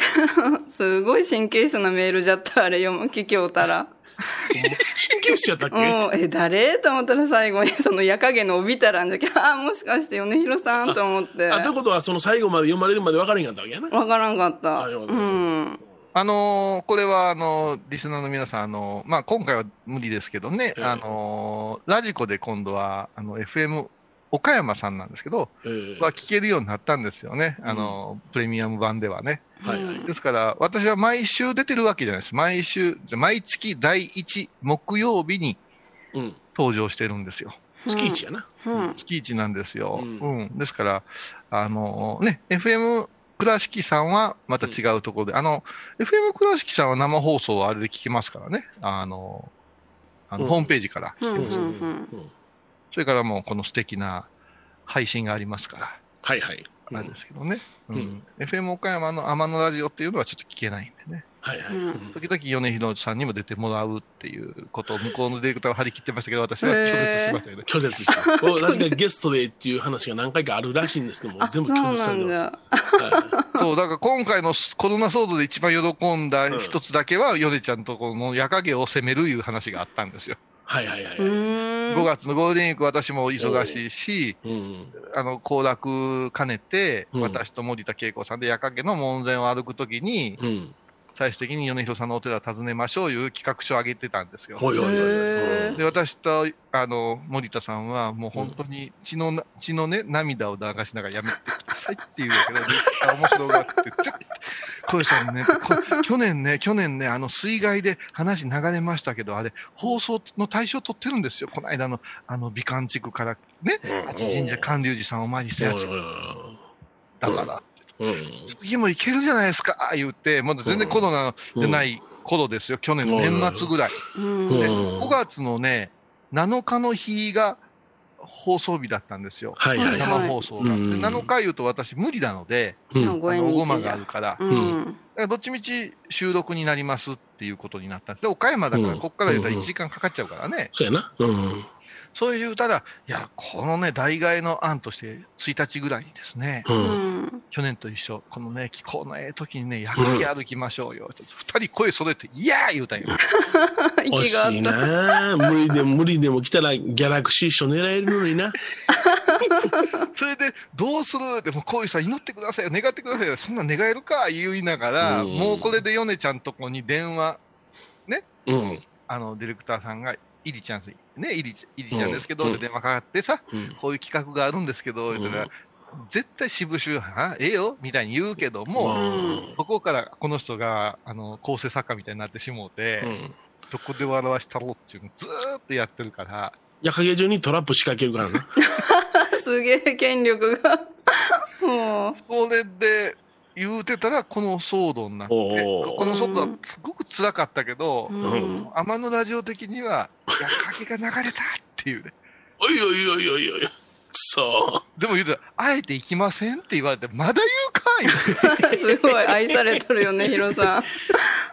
Speaker 2: すごい神経質なメールじゃった、あれ読む、聞きおった ら。
Speaker 3: 神経質やったっ
Speaker 2: う
Speaker 3: け
Speaker 2: ん、え、誰と思ったら最後に、その矢影の帯たらんだけ、ああ、もしかして米広さんと思って。
Speaker 3: あ、とことは、その最後まで読まれるまで分からへんかったわけやな。
Speaker 2: わからんかった。
Speaker 3: あよ
Speaker 2: う
Speaker 3: かった
Speaker 2: ん。
Speaker 4: あのーこれは、あのーリスナーの皆さん、あのーまあ、今回は無理ですけどね、
Speaker 3: ええ
Speaker 4: あのーラジコで今度は、あの、FM 岡山さんなんですけど、
Speaker 3: ええ
Speaker 4: は聞けるようになったんですよね。あのープレミアム版ではね。
Speaker 3: はいはい。
Speaker 4: ですから、私は毎週出てるわけじゃないです。毎週、じゃ毎月第1木曜日に
Speaker 3: うん。
Speaker 4: 登場してるんですよ。
Speaker 3: 月一やな。
Speaker 2: うん
Speaker 4: 月一なんですよ。
Speaker 3: う
Speaker 4: うんん。ですから、あのね、FM 倉敷さんはまた違うところで、あの、FM 倉敷さんは生放送はあれで聞けますからね。あの、あの
Speaker 3: うん
Speaker 4: ホームページから。
Speaker 2: うんう
Speaker 3: う
Speaker 2: ん
Speaker 3: ん
Speaker 2: う
Speaker 3: うん
Speaker 2: ん
Speaker 4: それからもうこの素敵な配信がありますから、
Speaker 3: はいはい。
Speaker 4: なんですけどね。
Speaker 3: う
Speaker 4: うんん。FM 岡山の天野ラジオっていうのはちょっと聞けないんでね。
Speaker 3: はいはい。
Speaker 2: うん
Speaker 3: うん
Speaker 4: 時々米広さんにも出てもらうっていうことを向こうのディレクターは張り切ってましたけど、私は拒絶しましたよね。
Speaker 3: 拒絶した。 確かにゲストでっていう話が何回かあるらしいんですけども、
Speaker 2: あそ
Speaker 3: 全
Speaker 2: う
Speaker 3: 部拒絶さ
Speaker 2: な
Speaker 3: れて
Speaker 2: ん
Speaker 3: ます。
Speaker 2: だ
Speaker 3: は
Speaker 4: そう、だから今回のコロナ騒動で一番喜んだ一つだけは、ヨネちゃんとこの夜影を攻めるいう話があったんですよ。
Speaker 3: いはいはいうはい。
Speaker 2: ーん
Speaker 4: 5月のゴールデンウィーク私も忙しいし、
Speaker 3: うん。
Speaker 4: あの、行楽兼ねて、
Speaker 3: うん
Speaker 4: 私と森田恵子さんで夜影の門前を歩くときに、
Speaker 3: うん。
Speaker 4: 最終的に米広さんのお寺を訪ねましょういう企画書を上げてたんですよ。
Speaker 3: おいおいおいおい。うん
Speaker 4: で、私と、あの、森田さんは、もう本当に血のな、血のね、涙を流しながらやめてくださいっていうわけで、めっちゃ面白がって、ちょっと、小さんね、こ去年ね、去年ね、あの、水害で話流れましたけど、あれ、放送の対象取ってるんですよ。この間の、あの、美観地区からね、八神社
Speaker 3: ん
Speaker 4: 関隆寺さんを前にしたやつ
Speaker 3: おい
Speaker 4: だから、
Speaker 3: おいおいうん。
Speaker 4: 次も行けるじゃないですか、言って、まだ全然コロナじゃない頃ですよ、去年の年末ぐらい。
Speaker 2: うん
Speaker 3: うん
Speaker 4: で5月のね、7日の日が放送日だったんですよ。
Speaker 3: はいはいはい。
Speaker 4: 生放送が。
Speaker 3: う
Speaker 4: で
Speaker 3: ん
Speaker 4: 7日言うと私無理なので、
Speaker 3: うん
Speaker 4: あ
Speaker 2: ご縁
Speaker 4: の、
Speaker 2: 日
Speaker 4: ごま
Speaker 2: じ
Speaker 4: があ
Speaker 2: ゃ
Speaker 4: るから、だか
Speaker 2: うん
Speaker 4: らどっちみち収録になりますっていうことになったんです。で、岡山だか
Speaker 3: う
Speaker 4: ら、
Speaker 3: ん
Speaker 4: こっから言うたら
Speaker 3: うん
Speaker 4: 1時間かかっちゃうからね。
Speaker 3: そうやな。うん。
Speaker 4: そういうたら、いや、このね、代替えの案として、1日ぐらいにですね、
Speaker 3: う。
Speaker 2: うんん
Speaker 4: 去年と一緒、このね、気候のええ時にね、やっけ歩きましょうよ。二人声揃えて、いやー言うたんよ。
Speaker 3: 惜
Speaker 2: 息があ
Speaker 3: し
Speaker 2: っ
Speaker 3: い
Speaker 2: た
Speaker 3: な無理でも無理でも来たらギャラクシー賞狙えるのにな。
Speaker 4: それで、どうするって、もう、こういうさん、祈ってくださいよ、願ってくださいよ、そんなん願えるか、言いながら、
Speaker 3: うん
Speaker 4: もうこれでヨネちゃんとこに電話、
Speaker 3: うん。
Speaker 4: あの、ディレクターさんが、イリちゃんです、ね、イリちイリちゃんですけど、
Speaker 3: うん
Speaker 4: で電話かかってさ、
Speaker 3: うん。
Speaker 4: こういう企画があるんですけど、言ったら、
Speaker 3: うん
Speaker 4: 絶対渋々、はええよ、みたいに言うけど
Speaker 3: う
Speaker 4: も、
Speaker 3: ん
Speaker 4: そこからこの人が、あの、構成作家みたいになってしもうて、
Speaker 3: うん。
Speaker 4: どこで笑わしたろっていうのずーっとやってるから、
Speaker 3: 夜影中にトラップ仕掛けるからな。
Speaker 2: すげえ権力がもう
Speaker 4: それで言うてたら、この騒動になって、
Speaker 3: おー
Speaker 4: この騒動はすごく辛かったけど、
Speaker 2: うん
Speaker 4: 天野ラジオ的に は、いや、影が流れたっていうね。
Speaker 3: おいおいおいおいおい。くそ
Speaker 4: でも言うたら、あえて行きませんって言われて、まだ言うか言う て
Speaker 2: すごい愛されとるよねヒロさん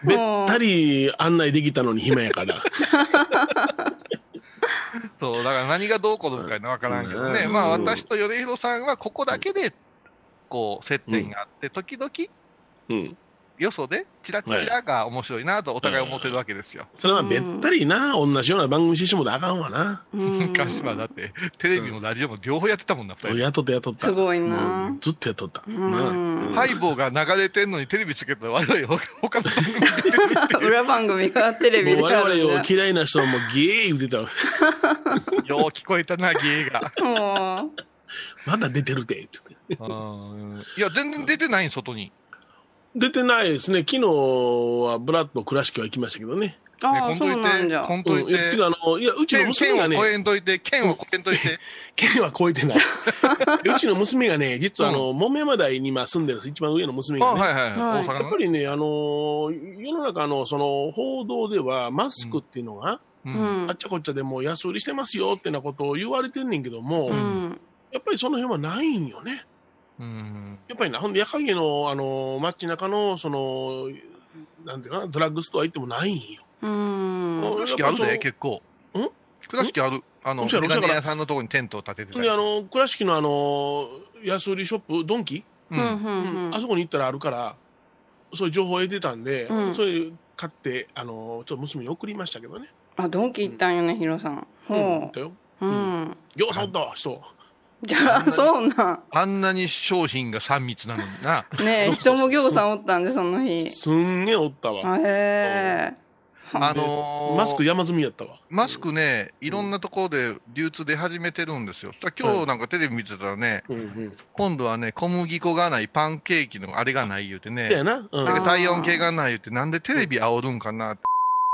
Speaker 3: べったり案内できたのに暇やから。
Speaker 4: そう、だから何がどうこうのみたいなわからんけどね。
Speaker 3: うん
Speaker 4: まあ私と米広さんはここだけで、こう、接点があって、時々、
Speaker 3: うん。
Speaker 4: よそで、チラチラが面白いなとお互い思ってるわけですよ。
Speaker 3: それはべったりな、同じような番組してしもてあかんわな。
Speaker 2: うん
Speaker 4: 昔はだって、テレビもラジオも両方やってたもんな、二人。
Speaker 3: 雇って雇った。
Speaker 2: すごい
Speaker 3: うん
Speaker 2: な
Speaker 3: ずっと雇った。
Speaker 2: うん
Speaker 3: な
Speaker 2: うん
Speaker 4: ハイボーが流れてんのにテレビつけたら我々 他の番組見てる
Speaker 2: 裏番組がテレビ
Speaker 3: も
Speaker 2: で
Speaker 3: う
Speaker 2: あ
Speaker 3: 我
Speaker 2: るん
Speaker 3: 々を
Speaker 2: だ
Speaker 3: 嫌いな人はもうゲー言うてたわ
Speaker 4: よう聞こえたな、芸が。
Speaker 2: も
Speaker 3: まだ出てるで、って。
Speaker 4: うんいや、全然出てないん、外に。
Speaker 3: 出てないですね。昨日はブラッド倉敷は行きましたけどね。
Speaker 2: う
Speaker 4: ね
Speaker 2: あ
Speaker 4: ほ
Speaker 2: あ
Speaker 4: ん
Speaker 2: そ
Speaker 4: という
Speaker 2: なんじ
Speaker 4: て、
Speaker 2: ゃ
Speaker 4: ほん
Speaker 3: う
Speaker 4: と
Speaker 3: ん、
Speaker 4: い
Speaker 3: いやって
Speaker 4: て
Speaker 3: いう。かあの、いや、うちの
Speaker 4: 剣
Speaker 3: 娘
Speaker 4: 剣
Speaker 3: が
Speaker 4: を超
Speaker 3: ね、
Speaker 4: えんといて、剣を超えんといて。
Speaker 3: 県は超え てない。うちの娘がね、実はあの、木綿山台に今住んでるんです。一番上の娘
Speaker 4: あ、
Speaker 3: がね。
Speaker 4: はいはい
Speaker 2: は
Speaker 4: はいい。
Speaker 3: や
Speaker 4: 大
Speaker 3: っぱ
Speaker 4: 阪のね。
Speaker 3: りね、あのー世の中のその報道では、マスクっていうのが、
Speaker 4: う。
Speaker 2: うんん
Speaker 3: あっちゃこっちゃでもう安売りしてますよってなことを言われてんねんけども、
Speaker 2: うん
Speaker 3: やっぱりその辺はないんよね。
Speaker 4: うん。
Speaker 3: やっぱりな、ほんで、夜影の、あのー街中の、その、なんていうかな、ドラッグストア行ってもないんよ。
Speaker 2: うん
Speaker 4: 倉敷あるで、結構。
Speaker 3: ん
Speaker 4: 倉敷ある。あの、
Speaker 3: そうやろ
Speaker 4: メガネ屋さんのとこにテントを建てて
Speaker 3: ほ
Speaker 4: た
Speaker 3: ん
Speaker 4: り
Speaker 3: で、
Speaker 4: す
Speaker 3: あ
Speaker 4: る。
Speaker 3: のー倉敷のあのー安売りショップ、ドンキ、
Speaker 2: う
Speaker 4: うん。
Speaker 2: うんんうん
Speaker 3: あそこに行ったらあるから、そういう情報を得てたんで、
Speaker 2: うん
Speaker 3: それ買って、あのーちょっと娘に送りましたけどね。
Speaker 2: あドンキ行ったんよねヒロさん
Speaker 3: うん。
Speaker 2: ほ
Speaker 3: だよ。
Speaker 2: ううん
Speaker 3: ぎょうさんおったわ、人。
Speaker 2: じゃあそうなん
Speaker 4: あんなに商品が3密なのにな。
Speaker 2: ねえ
Speaker 3: そうそうそう
Speaker 2: 人もぎょうさんおったんでその日
Speaker 3: すんげえおったわ。
Speaker 2: あへえ
Speaker 4: あのー
Speaker 3: マスク山積みやったわ。
Speaker 4: マスクね、いろんなところで流通出始めてるんですよ。だ今日なんかテレビ見てたらね、
Speaker 3: うんうん。
Speaker 4: 今度はね、小麦粉がない、パンケーキのあれがない言うて
Speaker 3: だ
Speaker 4: ね、
Speaker 3: よな。うん。
Speaker 4: なん
Speaker 2: あ
Speaker 4: か体温計がない言うて、なんでテレビ煽るんかなって、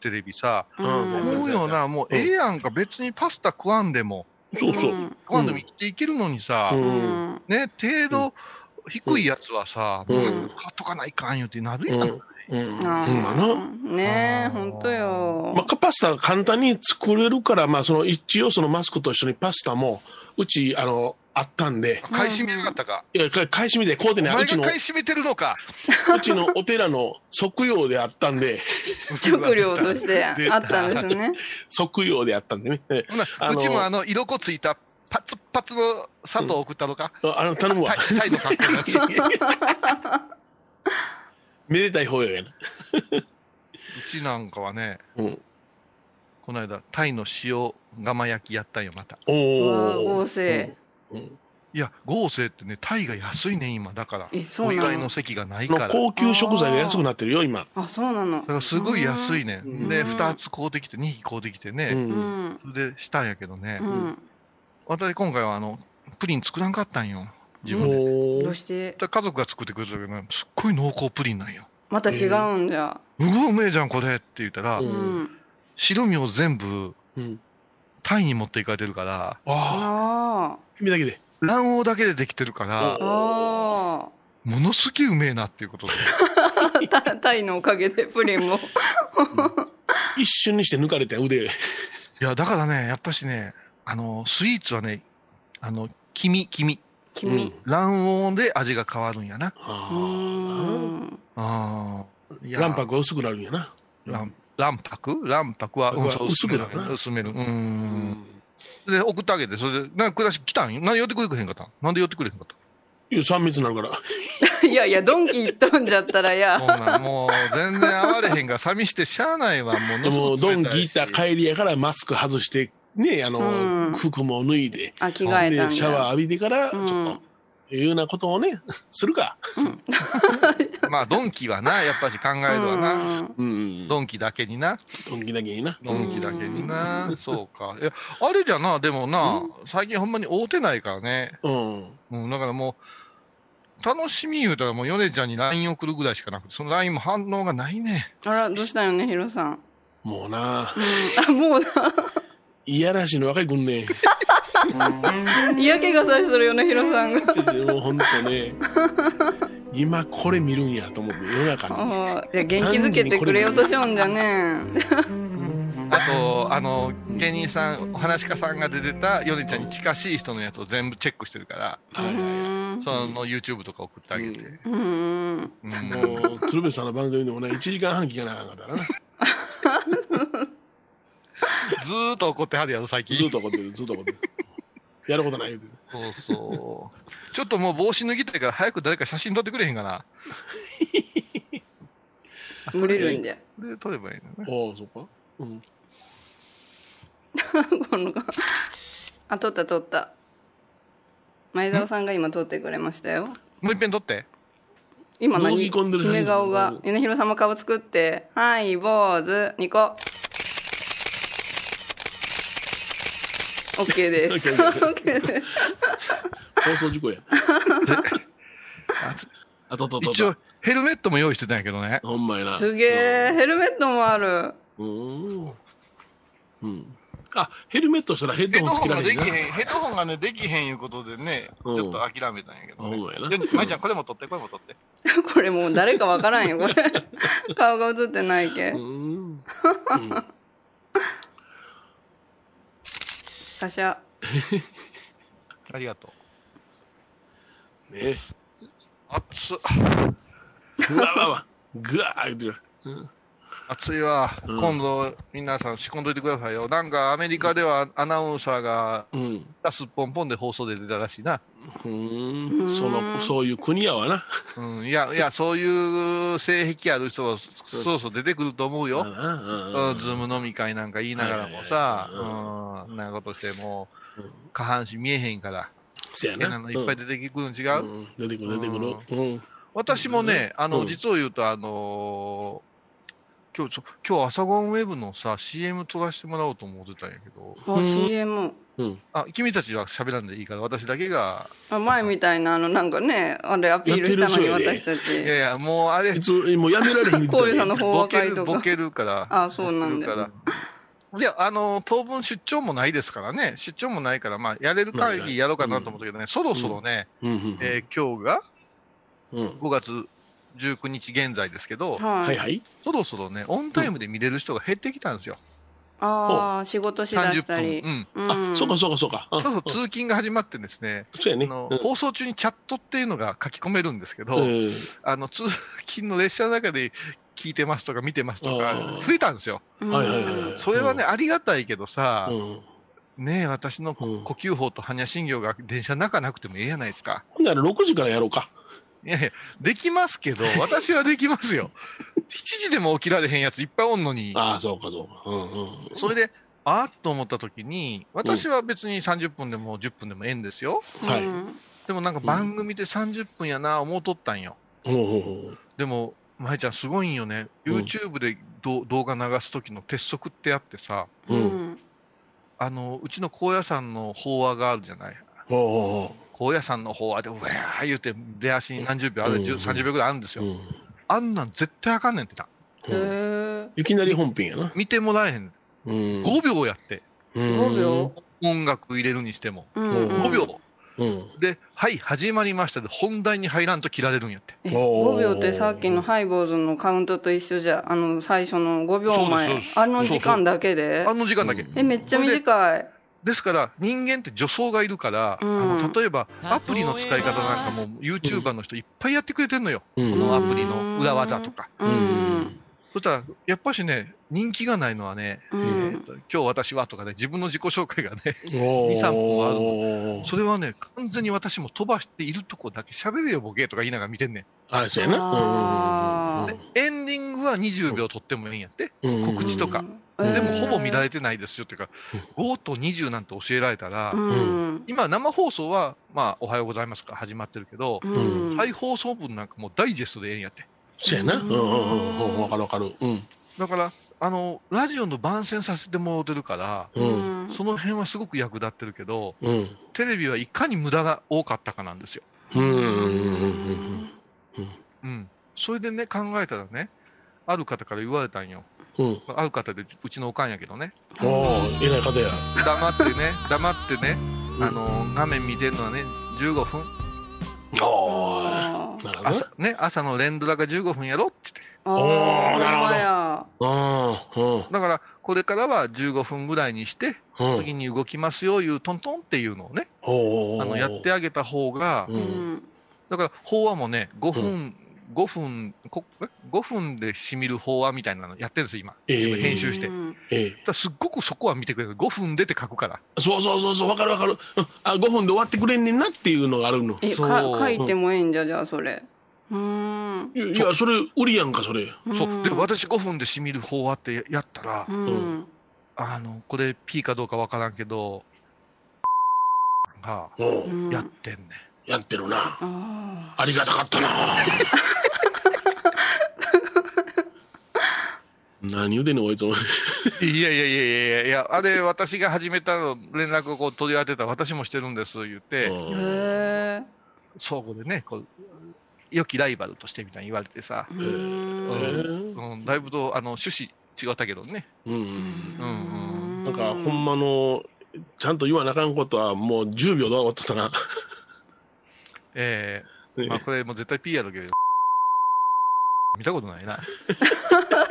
Speaker 4: テレビさ、
Speaker 3: うん
Speaker 4: 思うよな、もうええやんか、別にパスタ食わんでも、
Speaker 3: そうそう。
Speaker 2: ん
Speaker 4: 食わんでも生きていけるのにさ、
Speaker 3: うん
Speaker 2: うん
Speaker 4: ね、程度低いやつはさ、
Speaker 3: うん
Speaker 4: もう買っとかないかん言うてなるやん。
Speaker 3: うん。うん。
Speaker 2: あ
Speaker 3: うんまな。
Speaker 2: ーねえ、
Speaker 4: あー
Speaker 2: ほんとよ。
Speaker 3: まあ、パスタ簡単に作れるから、まあ、その一応そのマスクと一緒にパスタも、うち、あの、あったんで、
Speaker 4: 買い占めやがったか。
Speaker 3: いや、か買い占めで、こうで
Speaker 4: お
Speaker 3: ね、
Speaker 4: 前
Speaker 3: うち
Speaker 4: が
Speaker 3: の、
Speaker 4: 買い占めてるのか。
Speaker 3: うちのお寺の即用であったんで、
Speaker 2: 食料としてあったんですね。
Speaker 3: 即用であったんでね。え
Speaker 4: ほな
Speaker 3: あの
Speaker 4: うちもあの、色粉ついた、パツパツの砂糖送ったのか。
Speaker 3: あの、頼むわ
Speaker 4: タ。イタイの格好のやつう
Speaker 3: めでたい方やな。
Speaker 4: ちなんかはね、
Speaker 3: うん。
Speaker 4: この間、タイの塩釜焼きやったんよ、また。
Speaker 3: お
Speaker 2: うわ
Speaker 3: お。
Speaker 2: 合成。
Speaker 3: うん。
Speaker 4: いや、豪勢ってね、タイが安いね、今。だから。
Speaker 2: え、そ
Speaker 4: お
Speaker 2: うな
Speaker 4: 祝いの
Speaker 2: の
Speaker 4: 席がない
Speaker 3: の
Speaker 4: から。だか
Speaker 3: 高級食材が安くなってるよ、今。
Speaker 2: あ、そうなの。
Speaker 4: らすごい安いね
Speaker 3: うん
Speaker 4: ん。で、
Speaker 2: うん
Speaker 4: 二つ買うてきて、二匹買うてきて
Speaker 3: う。
Speaker 4: ね。
Speaker 2: うんん。
Speaker 4: それで、したんやけどね
Speaker 2: う。ん。
Speaker 4: 私、今回はあの、プリン作らんかったんよ。自分で。
Speaker 3: お
Speaker 2: ど
Speaker 3: ー
Speaker 2: うして
Speaker 4: 家族が作ってくれたけどね、すっごい濃厚プリンなんよ。
Speaker 2: また違うんじゃ。
Speaker 4: うわ、うめえじゃん、これって言ったら
Speaker 3: う
Speaker 2: う、
Speaker 3: ん
Speaker 2: ん。
Speaker 4: 白身を全部
Speaker 3: うん。
Speaker 4: タイに持っていかれてるから、
Speaker 3: ああ、
Speaker 2: あ
Speaker 3: 君だけで。
Speaker 4: 卵黄だけでできてるから
Speaker 2: あ。、あ
Speaker 4: ものすげえうめえなっていうことで。
Speaker 2: あ。たタイのおかげでプリンも。
Speaker 3: 一瞬にして抜かれて腕。
Speaker 4: いや、だからね、やっぱしね、あの、スイーツはね、あの、黄身、黄身。
Speaker 2: 君。
Speaker 4: 卵黄で味が変わるんやな。
Speaker 2: う
Speaker 3: あ
Speaker 2: ーん。
Speaker 4: ああ。いや
Speaker 3: あ。卵白が薄くなるんやな。
Speaker 4: 卵卵白卵白は、うん、そう
Speaker 3: 薄
Speaker 4: 薄
Speaker 3: く
Speaker 4: め
Speaker 3: なる
Speaker 4: る
Speaker 3: な。
Speaker 4: 薄める。う。。
Speaker 3: うん
Speaker 4: で、送ってあげて、それで、なんか、暮らし来たんよ。なんで寄ってくれへんかったんなんで寄ってくれへんかったん
Speaker 3: いや、3密になるから。
Speaker 2: いやいや、ドンキ行ったんじゃったら
Speaker 4: こん
Speaker 2: や。
Speaker 4: なんもう全然会われへんが、 寂してしゃあないわ、も
Speaker 3: で
Speaker 4: のす
Speaker 3: も
Speaker 4: ご
Speaker 3: う、
Speaker 4: く
Speaker 3: ド
Speaker 4: 冷
Speaker 3: ン
Speaker 4: た
Speaker 3: ギ
Speaker 4: い
Speaker 3: ー
Speaker 4: し。
Speaker 3: タ帰りやからマスク外して、ね、あの、
Speaker 2: うん
Speaker 3: 服も脱いで、
Speaker 2: あ、着替えたん
Speaker 3: で、
Speaker 2: だ。
Speaker 3: シャワー浴びてから、ちょっ
Speaker 2: う
Speaker 3: と
Speaker 2: ん、
Speaker 3: いうようなことをね、するか。
Speaker 4: まあ、ドンキはな、やっぱし考えるわな。
Speaker 2: うん
Speaker 3: うんド
Speaker 4: ドンキだけにな。
Speaker 3: ンギだけにな。
Speaker 4: ドンキだけにな。そうか。いや、あれじゃな、でもな、最近ほんまに会うてないからね。
Speaker 3: うん。
Speaker 4: うん、だからもう、楽しみ言うたらもう、ヨネちゃんに LINE 送るぐらいしかなくて、その LINE も反応がないね。
Speaker 2: あら、どうしたんよね、ヒロさん。
Speaker 3: もうな、
Speaker 2: あ、もうな、
Speaker 3: いやらしいの若いくんね。
Speaker 2: 嫌気がさしてるよね、ヒロさんが。
Speaker 3: もうほんとね、今これ見るんやと思って、世の中に。
Speaker 2: ああ、じゃあ元気づけてくれようとしようんじゃね
Speaker 4: あと、あの、芸人さん、お話し家さんが出てた、ヨネちゃんに近しい人のやつを全部チェックしてるから、
Speaker 2: え。うーん。
Speaker 4: その YouTube とか送ってあげて。
Speaker 2: うーん。
Speaker 4: うん
Speaker 3: もう、鶴瓶さんの番組でもね、1時間半聞かなあかんかったからな。
Speaker 4: ずーっと怒ってはるやろ、最近。
Speaker 3: ずっと怒ってる、ずっと怒ってる。やることない言うて。
Speaker 4: そうそう。ちょっともう帽子脱ぎたいから、早く誰か写真撮ってくれへんかな。
Speaker 2: 無理るんじゃ。
Speaker 4: で、撮ればいいのね。
Speaker 3: ああ、そっか。うん。
Speaker 2: この子あ、撮った撮った。前澤さんが今撮ってくれましたよ。
Speaker 4: もう一遍撮って。
Speaker 2: 今
Speaker 3: のぞき
Speaker 2: 何
Speaker 3: 込んでる
Speaker 2: 決め顔が。米広さんも顔作って、はい、坊主、ニ コ。OK です。OK です。
Speaker 3: 放送事故や。あととと
Speaker 4: 一応、ヘルメットも用意してたんやけどね。
Speaker 3: ほんまやな。
Speaker 2: すげえ、ヘルメットもある。
Speaker 3: うーん。うん。あ、ヘルメットしたらヘッ
Speaker 4: ヘッ
Speaker 3: ド
Speaker 4: ド
Speaker 3: ホンつ
Speaker 4: ホ
Speaker 3: け
Speaker 4: ン
Speaker 3: ら
Speaker 4: が
Speaker 3: れへん
Speaker 4: でき
Speaker 3: な。
Speaker 4: へん、ヘッドホンがね、できへんいうことでね、ち
Speaker 3: う
Speaker 4: ょ
Speaker 3: ん
Speaker 4: っと諦めたんやけど、ね。
Speaker 3: ほんまやな
Speaker 4: で舞ちゃん、これも撮って、これも撮って。
Speaker 2: これもう誰かわからんよ、 これ。顔が映ってないけ
Speaker 3: うー。ん。
Speaker 2: カシャ。
Speaker 4: ありがとう。
Speaker 3: ね。
Speaker 4: 熱っ。
Speaker 3: うわわわ。ぐわー言うてる。
Speaker 4: 暑いわ。
Speaker 3: うん
Speaker 4: 今度、皆さん仕込んどいてくださいよ。なんか、アメリカではアナウンサーが、
Speaker 3: うん。
Speaker 4: すっぽんぽんで放送で出たらしいな。
Speaker 3: うーん。その、そういう国やわな。
Speaker 4: うん、いや、 いや、そういう性癖ある人は、そろそろ出てくると思うよ。
Speaker 3: ああああ
Speaker 4: うんズーム飲み会なんか言いながらも
Speaker 3: は
Speaker 4: さ
Speaker 3: いはいは、
Speaker 4: うん、そんなことしてもう
Speaker 3: うん、
Speaker 4: 下半身見えへんから、
Speaker 3: せやな
Speaker 4: 変な。のいっぱい
Speaker 3: 出
Speaker 4: 出てくるの違
Speaker 3: て
Speaker 4: う、
Speaker 3: る。出てくる、出てくる。うん。
Speaker 4: 私もね、あ
Speaker 3: う
Speaker 4: の、
Speaker 3: ん
Speaker 4: 実を言うと、あの今日ちょ、今日朝ゴンウェブのさ、CM 撮らせてもらおうと思ってたんやけど、
Speaker 2: あ CM
Speaker 3: うん。
Speaker 4: あ、君たちは喋らんでいいから、私だけが、
Speaker 2: あ前みたいなあのなんかねあれアピールしたのに
Speaker 3: やってる
Speaker 2: 私たち
Speaker 4: いやいや、もうあれ
Speaker 3: い、つ、もうやめられへんみ
Speaker 2: こう
Speaker 3: た
Speaker 2: いう
Speaker 3: い
Speaker 2: さんの
Speaker 3: な。
Speaker 2: 法
Speaker 4: ボ
Speaker 2: 話
Speaker 4: ケ
Speaker 2: 会
Speaker 4: る、
Speaker 2: と
Speaker 4: ボ
Speaker 2: か
Speaker 4: ケるから。
Speaker 2: あそうなんだ
Speaker 4: ボケるから。いや、あの、当分出張もないですからね、出張もないから、まあ、やれる限りやろうかなと思ったけどね、そろそろね、
Speaker 3: うんうん
Speaker 4: えー今日が
Speaker 3: うん。
Speaker 4: 5月19日現在ですけど、
Speaker 2: は、
Speaker 3: はいいはい。
Speaker 4: そろそろね、オンタイムで見れる人が減ってきたんですよ。
Speaker 2: ああ仕事しだし
Speaker 4: 30
Speaker 2: たり、
Speaker 4: 分。
Speaker 2: う
Speaker 3: あ、そうかそうかそうか。
Speaker 4: う
Speaker 3: あ
Speaker 4: ん。そうそう、通勤が始まってですね、
Speaker 3: そうや
Speaker 4: あ
Speaker 3: ね。
Speaker 4: の
Speaker 3: うん
Speaker 4: 放送中にチャットっていうのが書き込めるんですけど、
Speaker 3: うん
Speaker 4: あの、通勤の列車の中で聞いてますとか見てますと
Speaker 3: あ
Speaker 4: か
Speaker 3: ー、
Speaker 4: 増えたんですよ。
Speaker 2: うん
Speaker 3: はいはいはい
Speaker 4: それはね、
Speaker 3: う
Speaker 4: ありがたいけどさ、
Speaker 3: うん。
Speaker 4: ねえ、私のこ
Speaker 3: うん
Speaker 4: 呼吸法と般若心経が電車の中なくてもええやないですか。
Speaker 3: ほんなら6時からやろうか。
Speaker 4: いやいや、できま すけど、私はできますよ。7時でも起きられへんやついっぱいおんのに。
Speaker 3: ああ、そうかそうか。うんうん。
Speaker 4: それで、あーっと思った時に、私は別に30分でも10分でもええんですよ。
Speaker 3: はい
Speaker 2: うん
Speaker 4: でもなんか番組で30分やな、思うとったんよ。
Speaker 3: ほうほうほう
Speaker 4: でも、まえちゃんすごいんよね。
Speaker 3: うん
Speaker 4: YouTube でど動画流す時の鉄則ってあってさ、
Speaker 2: う
Speaker 3: うん
Speaker 2: ん
Speaker 4: あの、うちの高野山の法話があるじゃない。
Speaker 3: ほうほ
Speaker 4: 高野山の方はで、うわー言うて、出足に何十秒ある、
Speaker 3: うん
Speaker 4: 十30秒ぐらいあるんです
Speaker 3: うほう。う
Speaker 4: よ。
Speaker 3: ん
Speaker 4: あんなん絶対あかんねんってな。
Speaker 2: へえ
Speaker 3: いきなり本編やな。
Speaker 4: 見てもらえへん。
Speaker 3: うん
Speaker 4: 5秒やって。
Speaker 2: 5秒
Speaker 4: 音楽入れるにしても。
Speaker 2: うん
Speaker 3: うん
Speaker 4: 5秒。
Speaker 3: うん。
Speaker 4: で、はい、始まりましたで、本題に入らんと切られるんやって。
Speaker 2: え
Speaker 3: おー
Speaker 2: 5秒ってさっきのハイボーズのカウントと一緒じゃあの最初の5秒
Speaker 4: そう
Speaker 2: 前
Speaker 4: ですそうです
Speaker 2: あの時間だけで
Speaker 4: あの時間だけ。
Speaker 3: うん
Speaker 2: えめっちゃ短い
Speaker 4: ですから、人間って女装がいるから、
Speaker 2: うん
Speaker 4: あの例えば、アプリの使い方なんかも、YouTuber の人いっぱいやってくれてんのよ。
Speaker 3: うん
Speaker 4: このアプリの裏技とか。
Speaker 2: うんうん
Speaker 4: そしたら、やっぱしね、人気がないのはね、
Speaker 2: う
Speaker 4: えー
Speaker 2: ん
Speaker 4: と今日私はとかね、自分の自己紹 介がね、
Speaker 3: おー
Speaker 4: 2 3分あるそれはね、完全に私も飛ばしているとこだけ喋れよ、ボケとか言いながら見てんね
Speaker 3: あ、そうやな。
Speaker 2: あー
Speaker 4: ん。で、エンディングは20秒撮ってもいいんやって。
Speaker 3: うんうんうん
Speaker 4: 告知とか
Speaker 2: うん
Speaker 4: で
Speaker 2: え
Speaker 4: も、
Speaker 2: ー
Speaker 4: ほぼ見られてないです よっていうか、5と20なんて教えられたら、
Speaker 2: うん
Speaker 4: 今、生放送は、まあ、おはようございますから始まってるけど、
Speaker 2: うん
Speaker 4: 再放送分なんかもうダイジェストでええんやって。
Speaker 3: そうやな。うんうんうんうん。わかるわかる。うん。
Speaker 4: だから、あの、ラジオの番宣させてもらってるから、
Speaker 3: う。
Speaker 2: うんん
Speaker 4: その辺はすごく役立ってるけど、
Speaker 3: うん。
Speaker 4: テレビはいかに無駄が多かったかなんですよ。
Speaker 3: うんうんうん
Speaker 4: うん。それでね、考えたらね、ある方から言われたんよ。
Speaker 3: うん。うん。
Speaker 4: ある方で、うちのおかんやけどね、
Speaker 3: おー、偉い方や。
Speaker 4: 黙って ね、黙ってね、あの、画面見てるのはね、15分、
Speaker 3: おー。なるほどね
Speaker 4: 朝、ね、朝の連ドラが15分やろって言
Speaker 2: あー
Speaker 3: おーなるほど
Speaker 2: ほや
Speaker 3: うん。うん
Speaker 4: って。だから、これからは15分ぐらいにして、
Speaker 3: うん。
Speaker 4: 次に動きますよ、いうトントンっていうのをね、
Speaker 3: おー。
Speaker 4: あの、やってあげた方が、
Speaker 3: う。
Speaker 2: うんん
Speaker 4: だから、法話もね、5
Speaker 3: う
Speaker 4: 分、5分、こえ5分でしみる法話みたいなのやってるんですよ、今。
Speaker 3: ええ
Speaker 4: 自分編集して。
Speaker 2: う
Speaker 4: だか
Speaker 2: ん
Speaker 3: ええ。
Speaker 4: らすっごくそこは見てくれる。5分でって書くから。
Speaker 3: そうそうそうそう、わかるわかる。うんあ、5分で終わってくれんねんなっていうのがあるの。
Speaker 2: え
Speaker 4: そう
Speaker 2: か書いてもええんじゃじゃあそれうーん
Speaker 3: いやいや、それ売りやんか、それ。
Speaker 4: そう。で、私5分でしみる法話ってやったら
Speaker 2: う、ん
Speaker 4: あの、これ P かどうかわからんけど、が
Speaker 3: う。
Speaker 2: うんん
Speaker 4: やってんね。
Speaker 3: やってるな。
Speaker 2: あ
Speaker 3: ありがたかった な。何言うてんの、こいつ。
Speaker 4: いやいやいやいやいや、あれ私が始めたの、連絡をこう取り合ってた私もしてるんです、言って、
Speaker 2: ーへ
Speaker 4: 相互でね、こう、良きライバルとしてみたいに言われてさ
Speaker 2: え、うーん
Speaker 3: う
Speaker 4: うん、だいぶと、あの、趣旨違ったけどね。
Speaker 3: ん。
Speaker 4: うん
Speaker 3: なんか、ほんまの、ちゃんと言わなあかんことは、もう10秒で終わってたな。
Speaker 4: えー、まあこれもう絶対 P やろうけど、見たことないな。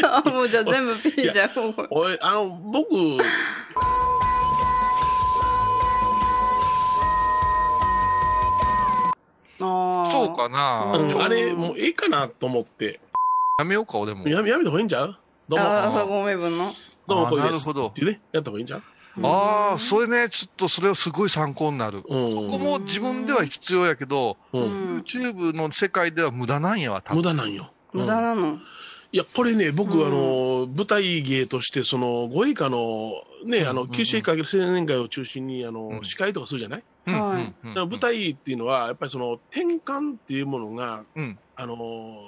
Speaker 2: あもうじゃあ全部 P じゃんもう
Speaker 3: おい、あの、僕、
Speaker 2: あー
Speaker 4: そうかな、
Speaker 3: あ
Speaker 2: うん
Speaker 4: ちょ
Speaker 3: のあれ、もうええかなと思って。
Speaker 4: やめようか、俺も。
Speaker 3: やめ、やめた方がいいんちゃうどうも、
Speaker 2: あー朝ごめん分の
Speaker 3: どうも、これ
Speaker 4: あーな
Speaker 3: で
Speaker 4: る
Speaker 3: す。
Speaker 4: ほ
Speaker 3: っ
Speaker 4: ど。
Speaker 3: てね、やった方がいいんちゃう
Speaker 4: ああ、それね、ちょっとそれはすごい参考になる。
Speaker 3: う
Speaker 4: ここ
Speaker 3: ん。
Speaker 4: も自分では必要やけど、
Speaker 3: う。
Speaker 2: うんん
Speaker 4: YouTube の世界では無駄なんやわ、多
Speaker 3: 無
Speaker 4: 分。
Speaker 3: 駄なんよ。
Speaker 2: 無駄なの
Speaker 3: いや、これね、僕、
Speaker 2: うん
Speaker 3: あの、舞台芸として、その、ご以下の、ね、あ
Speaker 4: う
Speaker 3: の、
Speaker 4: ん
Speaker 3: 九州以下青年会を中心に、あ
Speaker 4: う
Speaker 3: の、
Speaker 4: ん
Speaker 3: 司会とかするじゃない、
Speaker 4: うん
Speaker 2: はい
Speaker 4: うんうん
Speaker 3: だから舞台っていうのは、やっぱりその、転換っていうものが、
Speaker 4: うん
Speaker 3: あの、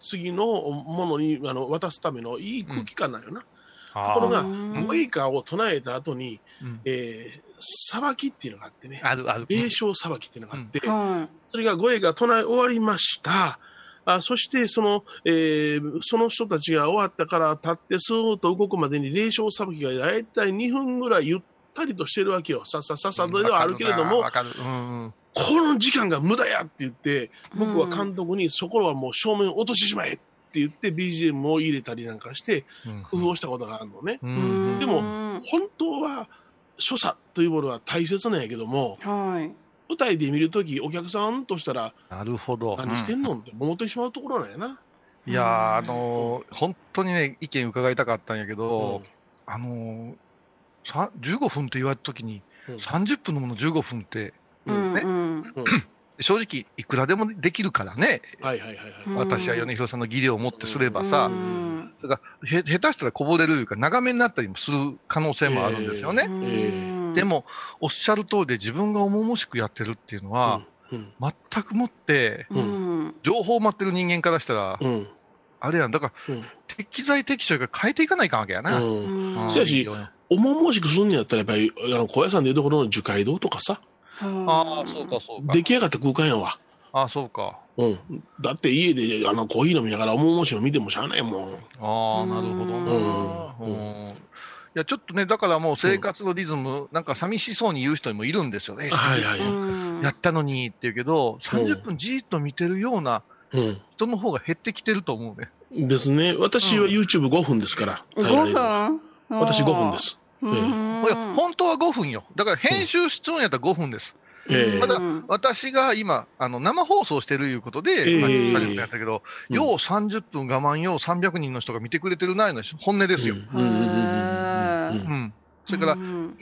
Speaker 3: 次のものにあの渡すためのいい空気感なんよな。
Speaker 4: あ
Speaker 3: ところが、
Speaker 2: う
Speaker 3: ウ
Speaker 2: ん
Speaker 3: ェイカーを唱えた後に、
Speaker 4: うん
Speaker 3: えー、裁きっていうのがあってね、
Speaker 4: あるある。
Speaker 3: 霊障裁きっていうのがあって、
Speaker 2: は
Speaker 3: それが五栄が唱え終わりました。あそしてその、えーその人たちが終わったから立ってスーッと動くまでに霊障裁きが大体2分ぐらいゆったりとしてるわけよ。さっさっさっさとではあるけれども、
Speaker 4: わかるな。わかるうんうん
Speaker 3: この時間が無駄やって言って、
Speaker 2: い。
Speaker 3: 僕は
Speaker 2: うん
Speaker 3: 監督にそこはもう正面落としてしまえって言って BGM を入れたりなんかして工夫をしたことがあるのね。
Speaker 4: う
Speaker 2: うんん
Speaker 3: でも本当は所作というものは大切なんやけども、
Speaker 2: はい。
Speaker 3: 舞台で見るときお客さんとしたら
Speaker 4: なるほど。
Speaker 3: 何してんのって思ってしまうところなんやな。
Speaker 4: いやー、あのー本当にね、意見伺いたかったんやけど、あのー、さ15分って言われたときに、
Speaker 3: うん
Speaker 4: 30分のもの15分って、
Speaker 2: う
Speaker 3: うん
Speaker 2: んうん。
Speaker 4: 正直、いくらでもできるからね、
Speaker 3: はいはいはい
Speaker 2: うん
Speaker 3: はい。
Speaker 4: 私は米広さんの技量をもってすれば
Speaker 2: う
Speaker 4: さ、
Speaker 2: ん
Speaker 4: へ下手したらこぼれるというか、長めになったりもする可能性もあるんですよね。
Speaker 2: うん
Speaker 4: でも、おっしゃる通りで、自分が重々しくやってるっていうのは、
Speaker 3: うん
Speaker 4: 全くもって、
Speaker 2: うん
Speaker 4: 情報を待ってる人間からしたら、
Speaker 3: うん
Speaker 4: あれやん、だから、
Speaker 3: うん
Speaker 4: 適材適所が変えていかないかんわけやな。
Speaker 3: う。
Speaker 2: うんん
Speaker 4: うん
Speaker 3: せやし
Speaker 4: うんあ
Speaker 3: 重々しくするんやったらやっぱりあの高野山でいうところの樹海堂とかさ、
Speaker 4: あ、そうか、そうか。
Speaker 3: 出来上がった空間やわ。
Speaker 4: ああ、そうか。
Speaker 3: うん、だって家であのコーヒー飲みながら重々しいの見てもしゃあないもん。
Speaker 4: ああ、なるほど
Speaker 3: う
Speaker 4: な。うんいや、ちょっとね、だからもう生活のリズム、なんか寂しそうに言う人もいるんですよね。
Speaker 3: はいは
Speaker 2: う
Speaker 3: い。
Speaker 2: ん
Speaker 4: やったのにって言うけど、30分じーっと見てるような人の方が減ってきてると思うね。
Speaker 3: うん、ですね。私は YouTube5 分ですから、耐えら
Speaker 2: 5
Speaker 3: れる
Speaker 2: 分
Speaker 3: 私5分で。す。
Speaker 2: うん
Speaker 4: いや、本当は5分よ。だから編集するんやったら5分です。
Speaker 3: ええ
Speaker 4: ただ私が今、あの、生放送してるいうことで、
Speaker 3: ええ
Speaker 4: まあ30分やったけど、
Speaker 3: うん
Speaker 4: よう30分我慢よう300人の人が見てくれてるな、の本音ですよ。
Speaker 3: うんうんうんうんうん
Speaker 4: う
Speaker 3: うん
Speaker 4: ん。それから
Speaker 2: う、ん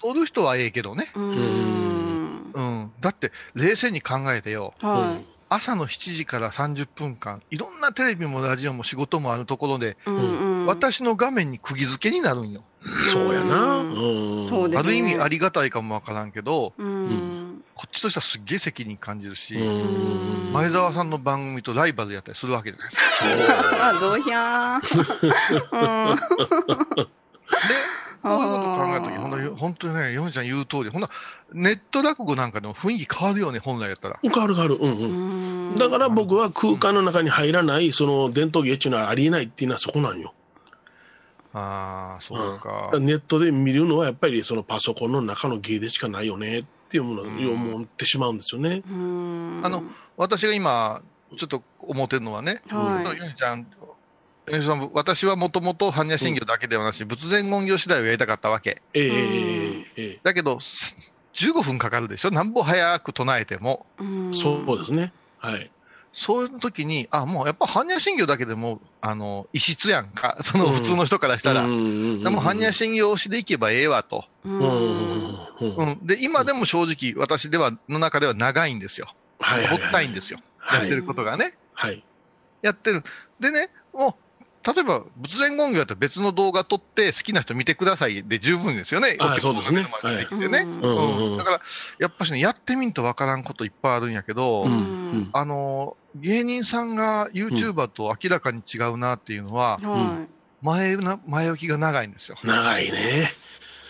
Speaker 4: 撮る人はええけどね。
Speaker 2: うん
Speaker 4: うん。だって、冷静に考えてよ。
Speaker 2: は
Speaker 4: 朝の7時から30分間、いろんなテレビもラジオも仕事もあるところで、
Speaker 2: い。うん
Speaker 4: 私の画面に釘付けになるんよ。
Speaker 3: そうやな。
Speaker 2: うん
Speaker 3: うん
Speaker 2: そうです
Speaker 4: あ
Speaker 2: ね
Speaker 4: る意味ありがたいかもわからんけど、
Speaker 2: うん
Speaker 4: こっちとしてはすっげえ責任感じるし、
Speaker 3: うん
Speaker 4: 前澤さんの番組とライバルやったりするわけじゃないですか。
Speaker 2: あ、どうひゃー。うん
Speaker 4: で、こういうことを考えたとき、
Speaker 2: あー
Speaker 4: ほんとに本当にね、ヨネちゃん言う通り、ほんなネット落語なんかでも雰囲気変わるよね、本来やったら。
Speaker 3: 変わる変わる。うんうん。 だから僕は空間の中に入らない、その伝統芸っていうのはありえないっていうのはそこなんよ。
Speaker 4: ああ、そうか。
Speaker 3: ネットで見るのはやっぱりそのパソコンの中の芸でしかないよねっていうものを
Speaker 4: うん
Speaker 3: 思ってしまうんですよね。
Speaker 2: うん
Speaker 4: あの、私が今、ちょっと思ってるのはね、
Speaker 2: はい
Speaker 4: ヨネちゃん、ヨネさん私はもともと般若心経だけではなし、仏前言行次第をやりたかったわけ。
Speaker 3: ええ
Speaker 2: うん
Speaker 3: ええ
Speaker 4: だけど、す15分かかるでしょ、なんぼ早く唱えても。
Speaker 2: うん
Speaker 3: そうですね。はい。
Speaker 4: そういう時に、あ、もうやっぱ般若心経だけでも、あの、異質やんか。 その普通の人からした
Speaker 3: う
Speaker 4: ら。
Speaker 3: んうんうんうん
Speaker 4: でも般若心経しでいけばええわと。
Speaker 2: うん
Speaker 3: うんうんうんうん。
Speaker 4: うん。で、今でも正直、私では、の中では長いんですよ。
Speaker 3: は
Speaker 4: もったいんですよ。やって
Speaker 3: はい
Speaker 4: ることがね。
Speaker 3: はい。
Speaker 4: やってる。でね、もう、例えば、仏前言業だったら別の動画撮って、好きな人見てくださいで十分ですよね。
Speaker 3: あそうですね
Speaker 4: お客様が目の前でできてね。
Speaker 2: うん
Speaker 3: うんうんうん
Speaker 4: うんだから、やっぱしね、やってみんとわからんこといっぱいあるんやけど、
Speaker 3: うんん
Speaker 4: あの、芸人さんが YouTuber と明らかに違うなっていうのは、
Speaker 2: は
Speaker 4: 前な、前置きが長いんですよ。
Speaker 3: うん長いね。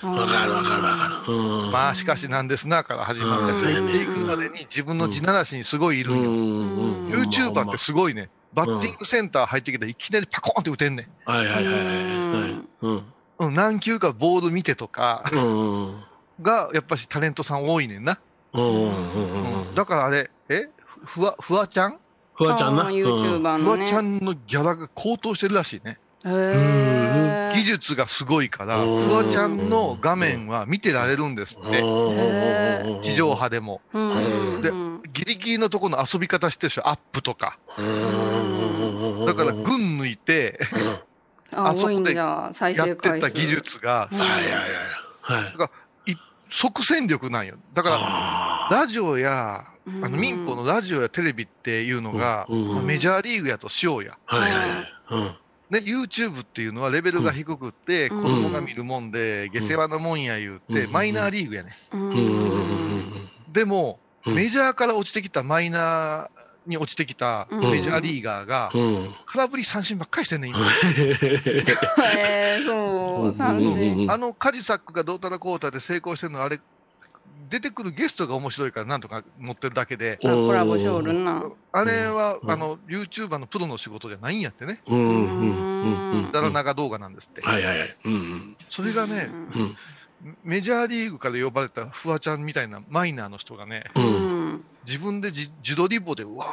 Speaker 2: い。
Speaker 3: わかるわかるわかる。うん。
Speaker 4: まあ、しかしなんですなから始まっ
Speaker 3: う
Speaker 4: て、
Speaker 3: ん
Speaker 4: そう言っていくまでに自分の地ならしにすごいいる
Speaker 3: うん
Speaker 4: よ。
Speaker 3: んうん。
Speaker 4: YouTuber ってすごいね。バ
Speaker 3: ん
Speaker 4: ッティングセンター入ってきたらいきなりパコーンって打てんね
Speaker 3: はいはいはいはい。はいうん。
Speaker 4: ん。うん、何球かボール見てとか
Speaker 3: うんうん
Speaker 4: が、やっぱしタレントさん多いねんな。
Speaker 3: うんうんうんうん。
Speaker 4: だからあれ、えふわ、ふわちゃん
Speaker 3: フワちゃんな。
Speaker 2: あ
Speaker 3: う
Speaker 2: ー
Speaker 3: ん
Speaker 2: YouTuber
Speaker 4: ふ
Speaker 2: の
Speaker 4: わ
Speaker 2: ね。
Speaker 4: ちゃんのギャラが高騰してるらしいね。
Speaker 2: へー
Speaker 4: 技術がすごいから、
Speaker 3: うん
Speaker 4: フワちゃんの画面は見てられるんですって、
Speaker 3: うん
Speaker 4: 地上波でも。
Speaker 2: うんうんうん
Speaker 4: ギリギリのとこの遊び方してる人、アップとか。
Speaker 3: うん
Speaker 4: だから、群抜いて、
Speaker 2: あ、
Speaker 4: あ
Speaker 2: 多
Speaker 4: そこで
Speaker 2: いんじゃ、再
Speaker 4: やっ
Speaker 2: 生
Speaker 4: て
Speaker 2: 回
Speaker 4: た
Speaker 2: 数。
Speaker 4: 技術が、
Speaker 3: はいはいはいはい。
Speaker 4: 即戦力なんよ。だから、ラジオや、あの
Speaker 2: うん
Speaker 4: 民放のラジオやテレビっていうのが、
Speaker 3: うん
Speaker 4: まあメジャーリーグやとしようや。
Speaker 3: はいはいはい。
Speaker 4: ね、YouTube っていうのはレベルが低くって、
Speaker 2: うん
Speaker 4: 子供が見るもんで、下世話のもんや言って、
Speaker 3: うん
Speaker 4: マイナーリーグやね。
Speaker 2: うん
Speaker 3: うん。うんうんうん
Speaker 4: で
Speaker 3: う
Speaker 4: も、
Speaker 3: ん
Speaker 4: メジャーから落ちてきたマイナーに落ちてきた
Speaker 2: うん
Speaker 4: メジャーリーガーが、
Speaker 3: うん。
Speaker 4: 空振り三振ばっかりしてんねん、今。
Speaker 2: えー、そうう、
Speaker 3: ん
Speaker 2: 三
Speaker 3: うんう
Speaker 2: 振。
Speaker 3: ん
Speaker 4: あのカジサックがどうたらこうたらで成功してるのはあれ、出てくるゲストが面白いからなんとか持ってるだけで、
Speaker 2: あコラボしょるな。
Speaker 4: あれは、
Speaker 3: うん
Speaker 4: あの、YouTuber のプロの仕事じゃないんやってね。
Speaker 3: うんうんうんうん。
Speaker 4: だら長動画なんですって。
Speaker 3: はいはいはい。うん
Speaker 4: それがね、
Speaker 3: うん。
Speaker 4: メジャーリーグから呼ばれたフワちゃんみたいなマイナーの人がね、
Speaker 3: う。
Speaker 2: うんん。
Speaker 4: 自分でじ自撮り棒でうわ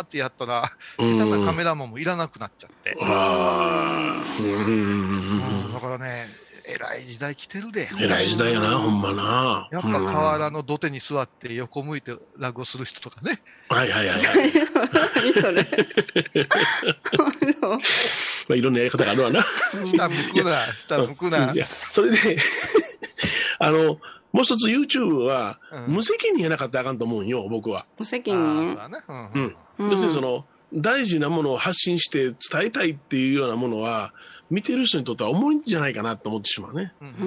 Speaker 4: ーってやったら、
Speaker 3: うん。
Speaker 4: ただカメラマンもいらなくなっちゃって。
Speaker 3: ああ。うんうんうん
Speaker 4: うんだからね、偉い時代来てるで。
Speaker 3: うん。偉い時代やな、ほんまな。
Speaker 4: やっぱ河原の土手に座って横向いてラグをする人とかね。
Speaker 3: はいはいはいは
Speaker 2: 何
Speaker 3: い。
Speaker 2: それ。
Speaker 3: まあ、いろんなやり方があるわな。。
Speaker 4: 下向くな、下向くない
Speaker 3: や、それで、 あの、もう一つ YouTube は、
Speaker 4: うん
Speaker 3: 無責任やなかったらあかんと思うんよ、僕は。
Speaker 2: 無責
Speaker 4: ああそう
Speaker 2: 任。
Speaker 4: だね
Speaker 3: う
Speaker 4: うんん
Speaker 2: うん
Speaker 3: 要するにその、大事なものを発信して伝えたいっていうようなものは、見てる人にとっては重いんじゃないかなと思ってしまうね。
Speaker 4: うん
Speaker 2: う
Speaker 4: う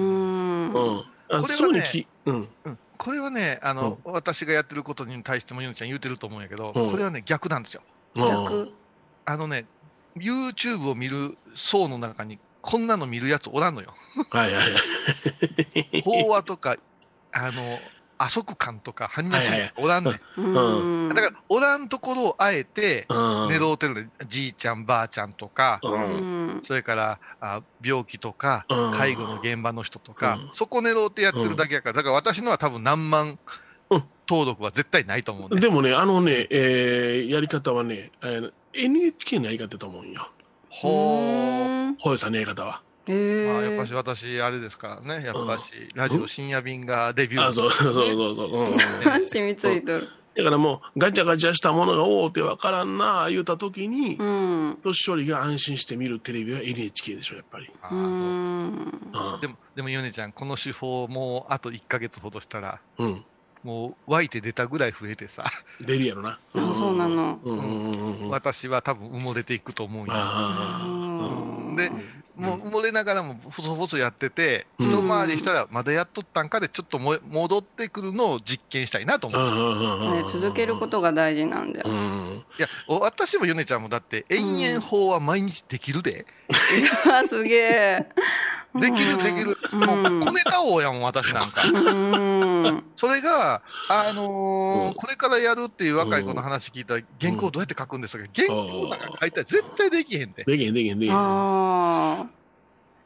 Speaker 2: ん。
Speaker 4: ん
Speaker 3: うん。あ
Speaker 4: これはね
Speaker 3: すぐにき、うん。
Speaker 4: うんこれはね、あの、私がやってることに対してもゆんちゃん言うてると思うんやけど、
Speaker 3: うん
Speaker 4: これはね、逆なんですよ。
Speaker 3: うん
Speaker 2: 弱。
Speaker 4: あのね、YouTube を見る層の中に、こんなの見るやつおらんのよ。
Speaker 3: はいはいはい。
Speaker 4: 法話とか、あの、阿速感とか、般若心おらんねん。
Speaker 2: うん。
Speaker 4: だから、おらんところをあえて、
Speaker 3: うん。
Speaker 4: 寝ろうてるのよじいちゃん、ばあちゃんとか、
Speaker 3: う。
Speaker 2: うんん。
Speaker 4: それからあ病気とか、
Speaker 3: うん
Speaker 4: 介護の現場の人とか
Speaker 3: うん、
Speaker 4: そこ寝ろうってやってるだけやから、だから私のは多分何万
Speaker 3: うん
Speaker 4: 登録は絶対ないと思うね。
Speaker 3: でもね、あのね、えーやり方はね、えー NHK のやり方だと思うんよ。
Speaker 4: ほう。
Speaker 3: ほいさんのやり方は。
Speaker 2: う。へえ。
Speaker 4: まあ、やっぱし私、あれですからね、やっぱし、ラジオ深夜便がデビュー。
Speaker 3: あ、そうそうそうそう。うんう ん
Speaker 2: 染みついとる。
Speaker 3: だからもう、ガチャガチャしたものが多うてわからんな、言うたときに、
Speaker 2: うん。
Speaker 3: 年寄りが安心して見るテレビは NHK でしょ、やっぱり。
Speaker 4: あ
Speaker 2: う
Speaker 4: ーそ
Speaker 2: ん。
Speaker 3: うん
Speaker 4: うでも、でも、ヨネちゃん、この手法、もうあと1ヶ月ほどしたら、
Speaker 3: うん。
Speaker 4: もう湧いて出たぐらい増えてさ、
Speaker 3: 出るやろな。
Speaker 2: あ、そうな。の。
Speaker 3: うんうんうんうん。あ
Speaker 4: 私は多分埋もれていくと思うんや。
Speaker 3: あ。
Speaker 4: で、もう埋もれながらも、細々やってて、
Speaker 3: うん
Speaker 4: 一回りしたら、まだやっとったんかで、ちょっともえ戻ってくるのを実験したいなと思う。
Speaker 3: ね。
Speaker 2: ね、続けることとが大事なんだ
Speaker 3: う
Speaker 2: よ。
Speaker 3: ん。
Speaker 4: いや、お私もヨネちゃんもだって、延々法は毎日できるで。
Speaker 2: あ、 すげえ。
Speaker 4: できる、できる。
Speaker 2: うん
Speaker 4: もう、小ネタ王やもん、私なんか。
Speaker 2: うん。
Speaker 4: それが、あのー
Speaker 3: うん
Speaker 4: これからやるっていう若い子の話聞いたら、原稿どうやって書くんですか原稿なんか書いたら絶対できへんて。
Speaker 3: でけへんでけへんでけへん。
Speaker 2: ああ。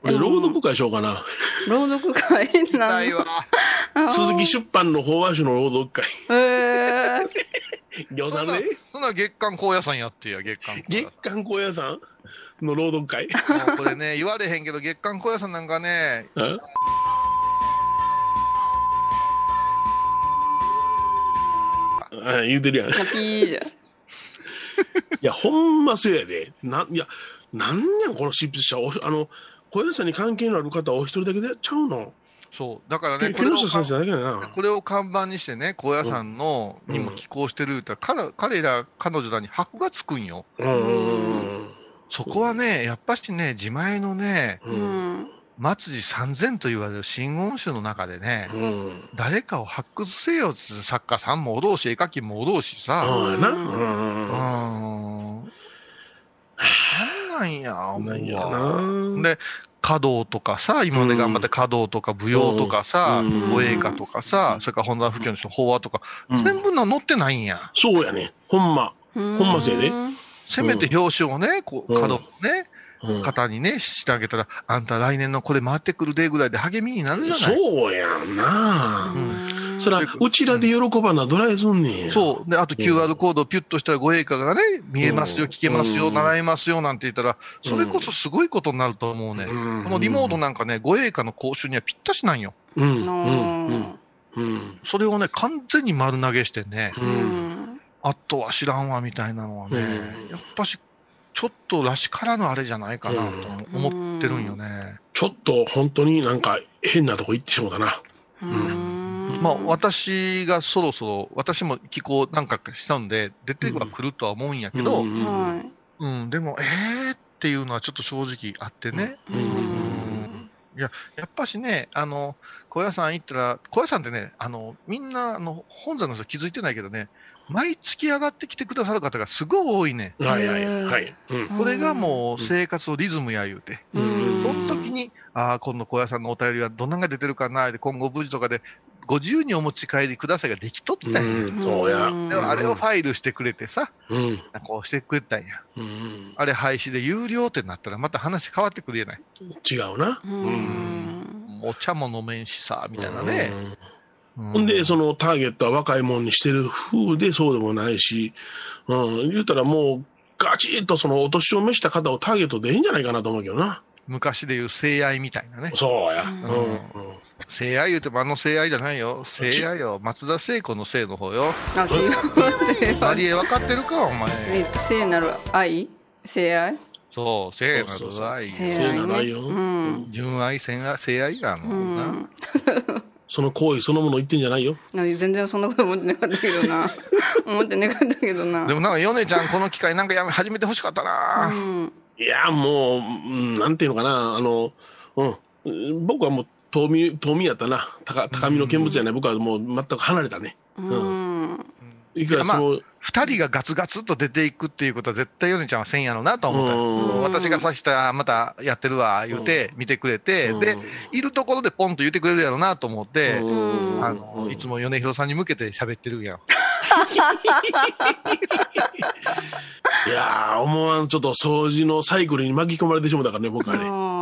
Speaker 3: 俺、朗読会しようかな。
Speaker 2: 朗読会
Speaker 4: 期
Speaker 2: な
Speaker 4: 待
Speaker 2: ん
Speaker 4: は。
Speaker 2: だ。
Speaker 3: 鈴木出版の法話書の朗読会。
Speaker 2: へえ。
Speaker 3: 餃
Speaker 4: そん
Speaker 3: 子
Speaker 4: な
Speaker 3: ね。、
Speaker 4: そんな月刊高野山やってや、月刊高
Speaker 3: 月
Speaker 4: 野
Speaker 3: 刊高野山の朗読会。
Speaker 4: 山。もうこれね、言われへんけど、月刊高野山なんかね、
Speaker 3: うんうん言うてるやん。 い
Speaker 2: ハッピーじゃん。
Speaker 3: や、ほんまそうやで。な、いや、なんなんこの執筆者。おあの、小屋さんに関係のある方はお一人だけでやっちゃうの。
Speaker 4: そう。だからね、
Speaker 3: 木
Speaker 4: これを
Speaker 3: 下先生だけだ
Speaker 4: 看
Speaker 3: な。
Speaker 4: これを看板にしてね、高野山の、
Speaker 3: うん
Speaker 4: にも寄稿してる言うたら、彼彼ら、彼女らに箔がつくんよ。
Speaker 3: うんうん
Speaker 4: そこはね、やっぱしね、自前のね、
Speaker 3: う。
Speaker 2: うんん。
Speaker 4: 末寺三千と言われる真言宗の中でね、
Speaker 3: うん。うん。
Speaker 4: 誰かを発掘せよっつって作家さんもおろうし、絵描きもおろうし
Speaker 3: ああ、
Speaker 4: さ、
Speaker 3: な。う
Speaker 4: うんーん、
Speaker 3: うん
Speaker 4: なんなんや、
Speaker 3: うん。なん
Speaker 4: 思
Speaker 3: や
Speaker 4: う
Speaker 3: な
Speaker 4: わ。。で、華道とかさ、今まで頑張って華道とか舞踊とかさ
Speaker 3: う、ん
Speaker 4: 護衛歌とかさ、それから本田不況の人、法話とか、
Speaker 3: うん
Speaker 4: 全部な載ってないんや。
Speaker 3: そうやね。ほんま。
Speaker 2: ほ
Speaker 3: ほんまそうやで
Speaker 4: せめて表紙をね、こう、
Speaker 3: うん
Speaker 4: 華道をね、
Speaker 3: うん
Speaker 4: 肩にね、してあげたら、あんた来年のこれ回ってくるでぐらいで励みになるじゃない。
Speaker 3: そうやんな。
Speaker 2: うん。
Speaker 3: そら、うちらで喜ばな、どないすんねん。
Speaker 4: そう。で、あと QR コードをピュッとしたら護衛歌がね、見えます
Speaker 3: う
Speaker 4: よ、
Speaker 3: ん
Speaker 4: 聞けますよ、
Speaker 3: うん
Speaker 4: 習いますよなんて言ったら、それこそすごいことになると思うね。
Speaker 3: うん
Speaker 4: このリモートなんかね、護衛歌の講習にはぴったしなんよ。
Speaker 3: うん。うん。うん
Speaker 2: の。
Speaker 3: うん。
Speaker 4: それをね、完全に丸投げしてね、
Speaker 3: う。
Speaker 2: うんん。
Speaker 4: あとは知らんわみたいなのはね、
Speaker 3: うん
Speaker 4: やっぱし、ちょっとらしからのあれじゃないかなと思思ってるんよね。
Speaker 3: ちょっと、本当になんか、変なとこ行ってしもうたな。
Speaker 2: うん。
Speaker 4: まあ、私がそろそろ、私も寄稿なんかしたんで、出てはくるとは思うんやけど、
Speaker 3: うんうん
Speaker 2: は
Speaker 4: うん、でも、えーっていうのはちょっと正直あってね。
Speaker 2: い。うん。
Speaker 4: やっぱしね、あの、小屋さん行ったら、小屋さんってね、あの、みんな、あの、本山の人気づいてないけどね、毎月上がってきてくださる方がすごい多いね。
Speaker 3: はいはいはい。うん。
Speaker 4: これがもう生活のリズムや言うて。
Speaker 3: うん
Speaker 4: その時に、ああ、今度小屋さんのお便りはどんなんが出てるかな、で今後無事とかで、ご自由にお持ち帰りくださいができとったんや。
Speaker 3: うん、そうや。
Speaker 2: うん
Speaker 4: でもあれをファイルしてくれてさ、
Speaker 3: うん。
Speaker 4: こうしてくれたんや。
Speaker 3: うん。
Speaker 4: あれ廃止で有料ってなったらまた話変わってくるやない。
Speaker 3: 違うな。
Speaker 2: う
Speaker 3: うん。
Speaker 2: ん
Speaker 4: お茶も飲めんしさ、みたいなね。
Speaker 3: ほんで、
Speaker 4: う
Speaker 3: そのターゲットは若いもんにしてる風でそうでもないし、うん、言うたらもう、ガチッとそのお年を召した方をターゲットでいいんじゃないかなと思うけどな。
Speaker 4: 昔で言う性愛みたいなね。
Speaker 3: そうや。う
Speaker 2: うんん。
Speaker 3: うん
Speaker 4: 性愛言うてもあの性愛じゃないよ。性愛よ。松田聖子の性の方よ。
Speaker 2: あ、すいません。
Speaker 4: マリエ分かってるか、お前。
Speaker 2: えっと、聖なる愛性愛
Speaker 4: そう、性なる愛。
Speaker 2: 性
Speaker 3: 聖
Speaker 2: 愛
Speaker 3: なる愛
Speaker 2: ね。
Speaker 3: よ
Speaker 2: うん。
Speaker 4: 純愛、性愛、性愛がある
Speaker 2: う
Speaker 4: のな。
Speaker 2: ん。
Speaker 3: その行為そのもの言ってんじゃないよ。
Speaker 2: なんか全然そんなこと思ってなかったけどな。思ってなかったけどな。
Speaker 4: でもなんか、ヨネちゃん、この機会なんかやめ、始めてほしかった
Speaker 2: う
Speaker 4: な、
Speaker 2: ん。
Speaker 3: いや、もう、うんなんていうのかな、あの、うん、僕はもう、遠見、遠見やったな。高、高みの見物やね。僕はもう全く離れたね。
Speaker 2: うん。
Speaker 3: いくらその、
Speaker 4: 二人がガツガツっと出ていくっていうことは絶対ヨネちゃんはせんやろなと思うから、
Speaker 3: うん
Speaker 2: ん
Speaker 4: 私が指したらまたやってるわ、言うて、見てくれて、
Speaker 3: うん
Speaker 4: で、いるところでポンと言ってくれるやろなと思って、
Speaker 3: うん
Speaker 4: あの、いつも米広さんに向けて喋ってるやん。
Speaker 3: いやー、思わん、ちょっと掃除のサイクルに巻き込まれてしまったからね、僕はね。
Speaker 2: あ
Speaker 3: うん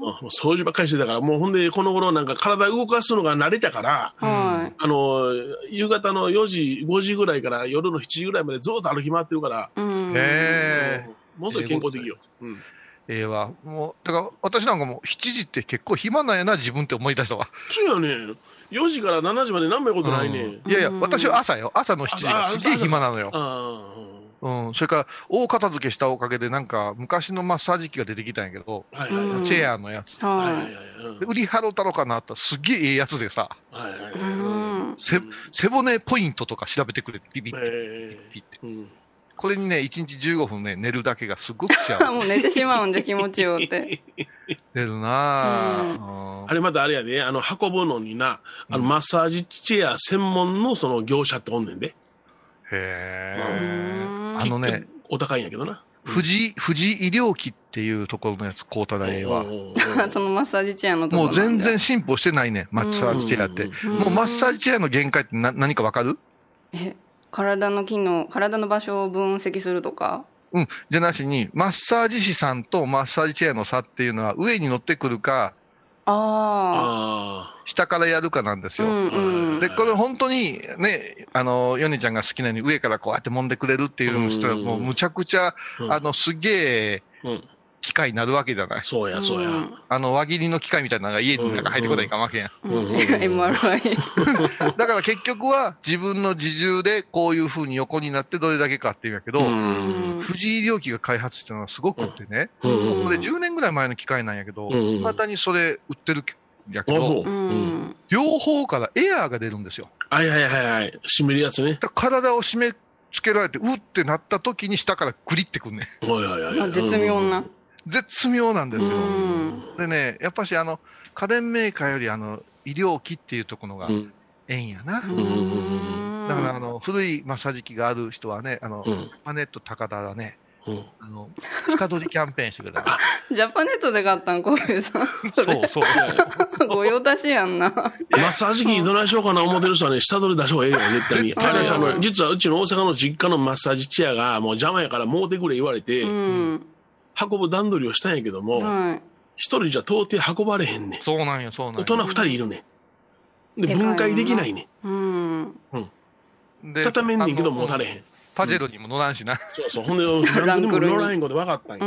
Speaker 3: もう掃除ばっかりしてたから、もうほんで、この頃なんか体動かすのが慣れたから、
Speaker 2: あ。は
Speaker 3: あの、夕方の4時、5時ぐらいから夜の7時ぐらいまでずっと歩き回ってるから、
Speaker 2: い。うん。
Speaker 4: ええ
Speaker 3: もうすぐ健康的よ。うん
Speaker 4: ええわ。もう、だから私なんかもう7時って結構暇なんやな、自分って思い出したわ。
Speaker 3: そうやね。4時から7時まで何もやることないね。
Speaker 4: いやいや、
Speaker 2: うん
Speaker 4: 私は朝よ。朝の7時がすげえ暇なのよ。
Speaker 3: あ
Speaker 4: うん。それから、大片付けしたおかげで、なんか、昔のマッサージ機が出てきたんやけど、
Speaker 3: あ、はいはいはい。
Speaker 2: うん
Speaker 4: チェアのやつ。
Speaker 3: はいはいは
Speaker 2: はい
Speaker 4: で売り払うたろかなと、すっげえええやつでさ、
Speaker 3: はいはいはい
Speaker 2: い。うん。
Speaker 4: せ背骨ポイントとか調べてくれて、ビビって、
Speaker 3: え
Speaker 4: ビビっ
Speaker 3: ー
Speaker 4: て。
Speaker 3: うん
Speaker 4: これにね、1日15分ね、寝るだけがすごく幸せ。
Speaker 2: もう寝てしまうんじゃ気持ちよって。
Speaker 4: 寝るな
Speaker 2: う
Speaker 4: ぁ。
Speaker 3: あれまたあれやで、あの、運ぶのにな、あの、マッサージチェア専門のその業者っておんねんで。
Speaker 2: う
Speaker 4: へえ。
Speaker 2: ん
Speaker 4: あのね、
Speaker 3: お高いんやけどな。
Speaker 4: 富士、富士医療機っていうところのやつ、高太大は。
Speaker 2: そのマッサージチェアのとこ
Speaker 4: も
Speaker 2: ろ
Speaker 4: う
Speaker 2: なん
Speaker 4: 全
Speaker 2: だ
Speaker 4: 然進歩してないね、マッサージチェアって。もうマッサージチェアの限界ってな何かわかる
Speaker 2: え体の機能体の場所を分析するとか
Speaker 4: うん。じゃなしに、マッサージ師さんとマッサージチェアの差っていうのは、上に乗ってくるか、
Speaker 2: あ
Speaker 3: あ
Speaker 4: 下からやるかなんです
Speaker 2: あう
Speaker 4: よ。
Speaker 2: んうん
Speaker 4: で、これ本当にね、あの、ヨネちゃんが好きなように上からこうやって揉んでくれるっていうのをしたら、
Speaker 3: うん
Speaker 4: もうむちゃくちゃ、
Speaker 3: うん
Speaker 4: あの、すげえ
Speaker 3: あ。うん。
Speaker 4: 機械になるわけじゃない。
Speaker 3: そうや、そうや。
Speaker 4: あの、輪切りの機械みたいなのが家になんか入ってこないかんわけやん。
Speaker 2: うん
Speaker 3: うんうん
Speaker 2: MRI
Speaker 4: だから結局は自分の自重でこういう風に横になってどれだけかっていうんやけど、
Speaker 3: うん。
Speaker 4: 藤井良機が開発したのはすごくってね、
Speaker 3: うんう
Speaker 4: こ
Speaker 3: ん
Speaker 4: れ10年ぐらい前の機械なんやけど、
Speaker 3: うんうん
Speaker 4: またにそれ売ってるんや
Speaker 3: あ、
Speaker 4: け
Speaker 3: そ
Speaker 4: ど、
Speaker 3: う。
Speaker 2: う
Speaker 3: うん。
Speaker 2: ん
Speaker 4: 両方からエアーが出るんですよ。
Speaker 3: はいはいはいはい。締めるやつね。
Speaker 4: だから体を締め付けられて、うってなった時に下からグリってくんね。
Speaker 3: はいはいはい
Speaker 2: ま
Speaker 3: は
Speaker 2: あ
Speaker 3: い。
Speaker 2: 絶妙な
Speaker 4: 絶妙なんです
Speaker 2: う
Speaker 4: よ。
Speaker 2: ん
Speaker 4: でね、やっぱしあの、家電メーカーよりあの、医療機っていうところが
Speaker 3: うん。うん
Speaker 4: ええんやな。
Speaker 2: う
Speaker 3: うん
Speaker 2: ん
Speaker 4: だからあの、古いマッサージ機がある人はね、あの、
Speaker 3: うん。
Speaker 4: マネット高田がね、
Speaker 3: うん
Speaker 4: あの、深取りキャンペーンしてくれたから。
Speaker 2: ジャパネットで買ったん浩平さん
Speaker 4: そうそう。
Speaker 2: ご用達やんな
Speaker 3: マッサージ機どないしようかな思ってる人はね、下取り出しょうがええよ、絶対に。
Speaker 4: 絶対
Speaker 2: 出
Speaker 3: あ
Speaker 2: し
Speaker 3: の
Speaker 2: ょう
Speaker 3: あの実はうちの大阪の実家のマッサージチェアがもう邪魔やからもうてくれ言われて、
Speaker 2: うん
Speaker 3: 運ぶ段取りをしたんやけども、
Speaker 2: は
Speaker 3: 一、人じゃ到底運ばれへんねん。
Speaker 4: そうなんよ、そうな
Speaker 3: 大
Speaker 4: んよ。
Speaker 3: 人二人いるねん。で、
Speaker 2: でかいよな
Speaker 3: 分解できないね
Speaker 2: いうん
Speaker 4: で
Speaker 3: ん。畳めんねんけど
Speaker 4: あの
Speaker 3: 持たれへん。
Speaker 4: パジェロにも乗らんしな。
Speaker 3: そうそう。ほんで、
Speaker 2: ラ
Speaker 3: 何
Speaker 2: ン
Speaker 3: で
Speaker 2: ク
Speaker 3: も
Speaker 2: ルに
Speaker 3: 乗らへんこと分かったん
Speaker 2: う
Speaker 3: や。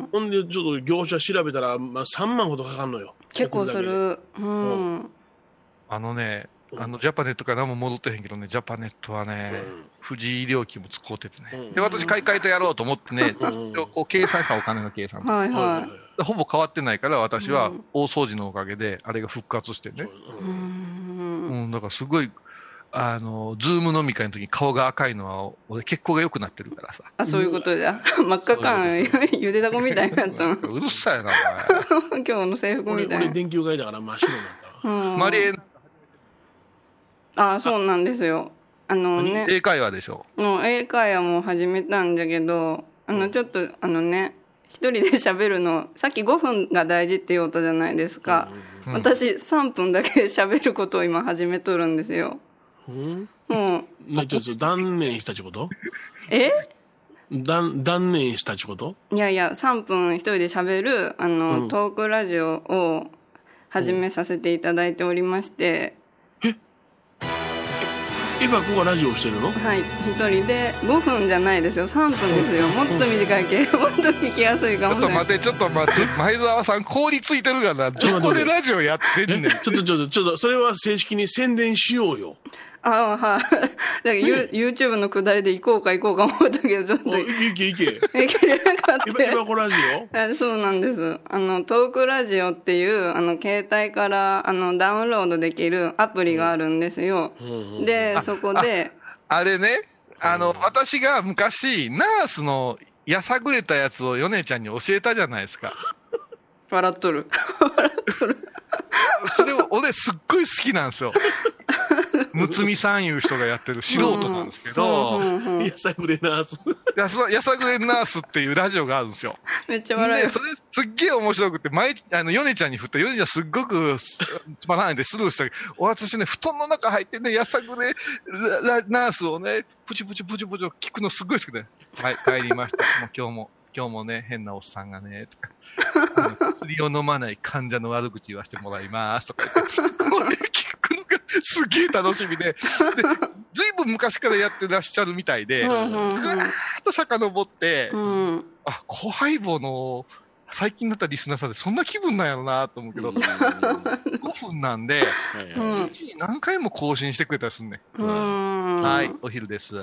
Speaker 2: ん
Speaker 3: ほんで、ちょっと業者調べたら、まあ、3万ほどかかんのよ。
Speaker 2: 結構するうん
Speaker 4: あのね、
Speaker 3: うん
Speaker 4: あの、ジャパネットからも戻ってへんけどね、ジャパネットは
Speaker 3: う
Speaker 4: ね、
Speaker 3: ん。
Speaker 4: 藤井良機も使うててね。
Speaker 3: うん
Speaker 4: で、私買い替えてやろうと思ってね、
Speaker 3: うん
Speaker 4: 一応こう計算したお金の計算。
Speaker 2: はい
Speaker 3: は
Speaker 2: はい
Speaker 4: でほぼ変わってないから、私は
Speaker 2: うん
Speaker 4: 大掃除のおかげで、あれが復活してね。
Speaker 2: いうん
Speaker 4: うん、だからすごい、あの、ズーム飲み会の時に顔が赤いのは、俺血行が良くなって るからさ。
Speaker 2: あ、そういうことじゃ。真っ赤感、ゆでだこみたいになったの。
Speaker 4: うるさいな、お前。
Speaker 2: 今日の制服
Speaker 3: 俺、
Speaker 2: みたい
Speaker 3: 俺
Speaker 2: な。
Speaker 3: 電球 買いだから真っ白になったわ。
Speaker 2: うん
Speaker 4: マリエン
Speaker 2: あ、そうなんですよ。あのね、
Speaker 4: 英会話でしょ。
Speaker 2: もう英会話も始めたんじゃけど、あの、ちょっと、あのね、一人で喋るの、さっき5分が大事って言おうとじゃないですか。
Speaker 4: うん
Speaker 2: 私3分だけ喋ることを今始めとるんですよ。
Speaker 5: うん。
Speaker 2: もう、
Speaker 5: まあちょっと断念したちこと
Speaker 2: え
Speaker 5: 断、断念したちこと
Speaker 2: いやいや、3分一人で喋る、あの、
Speaker 5: うん
Speaker 2: トークラジオを始めさせていただいておりまして、
Speaker 5: 今ここがラジオしてるの
Speaker 2: はい、一人で5分じゃないですよ、3分ですよ。もっと短いけ、もっと聞きやすいか
Speaker 4: ち
Speaker 2: もしれ
Speaker 4: ょっと
Speaker 2: ない
Speaker 4: 待。って、ちょっと待 って、前澤さん、凍りついてるがな、どこでラジオやってんねん。
Speaker 5: ちょっとちょっとちょっと、それは正式に宣伝しよう よ。
Speaker 2: ああ、はい。だから、ユ YouTube のくだりで行こうか行こうか思ったけど、ちょっ
Speaker 5: お
Speaker 2: と
Speaker 5: いけいけい け。
Speaker 2: 行けれなかっ
Speaker 5: 今、
Speaker 2: た
Speaker 5: 今。こラジオ
Speaker 2: あそうなんです。あの、トークラジオっていう、あの、携帯から、あの、ダウンロードできるアプリがあるんですよ。で、そこで、
Speaker 4: あれね、あの、私が昔、ナースのやさぐれたやつをヨネちゃんに教えたじゃない ですか。
Speaker 2: 笑っとる。
Speaker 4: それを俺すっごい好きなんです よ。むつみさんいう人がやってる素人なんですけど、
Speaker 2: うんうんうん
Speaker 5: やさぐれなーす。
Speaker 4: やさやさぐれナースっていうラジオがあるんですよ。
Speaker 2: めっちゃ笑え
Speaker 4: で、
Speaker 2: る
Speaker 4: そ。れすっげえ面白くて、毎あの、ヨネちゃんに振って、ヨネちゃんすっごくすつまらないんでスルーしたけど、お私ね、布団の中入ってね、やさぐれララナースをね、プチプチプチプチ聞くのすっごい好きで、はい、帰りました。もう今日も、今日もね、変なおっさんがね、とか、あの薬を飲まない患者の悪口言わせてもらいます、とか言って、これ聞くのがすげえ楽しみで、で、ずいぶん昔からやってらっしゃるみたいで、
Speaker 2: う
Speaker 4: ぐわ
Speaker 2: んうん
Speaker 4: ーっと遡って、
Speaker 2: うん。うん。
Speaker 4: あ、後輩棒の最近だったリスナーさんでそんな気分なんやろなと思う けど、5分なんで、
Speaker 2: うん
Speaker 4: 一日に何回も更新してくれたりすんね、
Speaker 2: うん。
Speaker 4: ん。はい、。お昼です。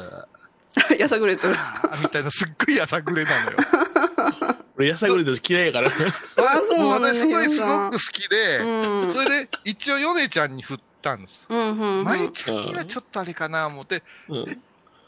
Speaker 2: やさぐれとる。あ、
Speaker 4: あみたいな、すっごいやさぐれな のよ。
Speaker 5: 俺、やさぐれたち嫌いやから。
Speaker 2: そう
Speaker 4: も
Speaker 2: な
Speaker 4: う
Speaker 2: んだ
Speaker 4: 私すごい、すごく好
Speaker 2: う
Speaker 4: きで、
Speaker 2: ん。
Speaker 4: それで一応ヨネちゃんに振ったんです。
Speaker 2: うんうん。
Speaker 4: まゆちゃんにはちょっとあれかな思って、
Speaker 5: うん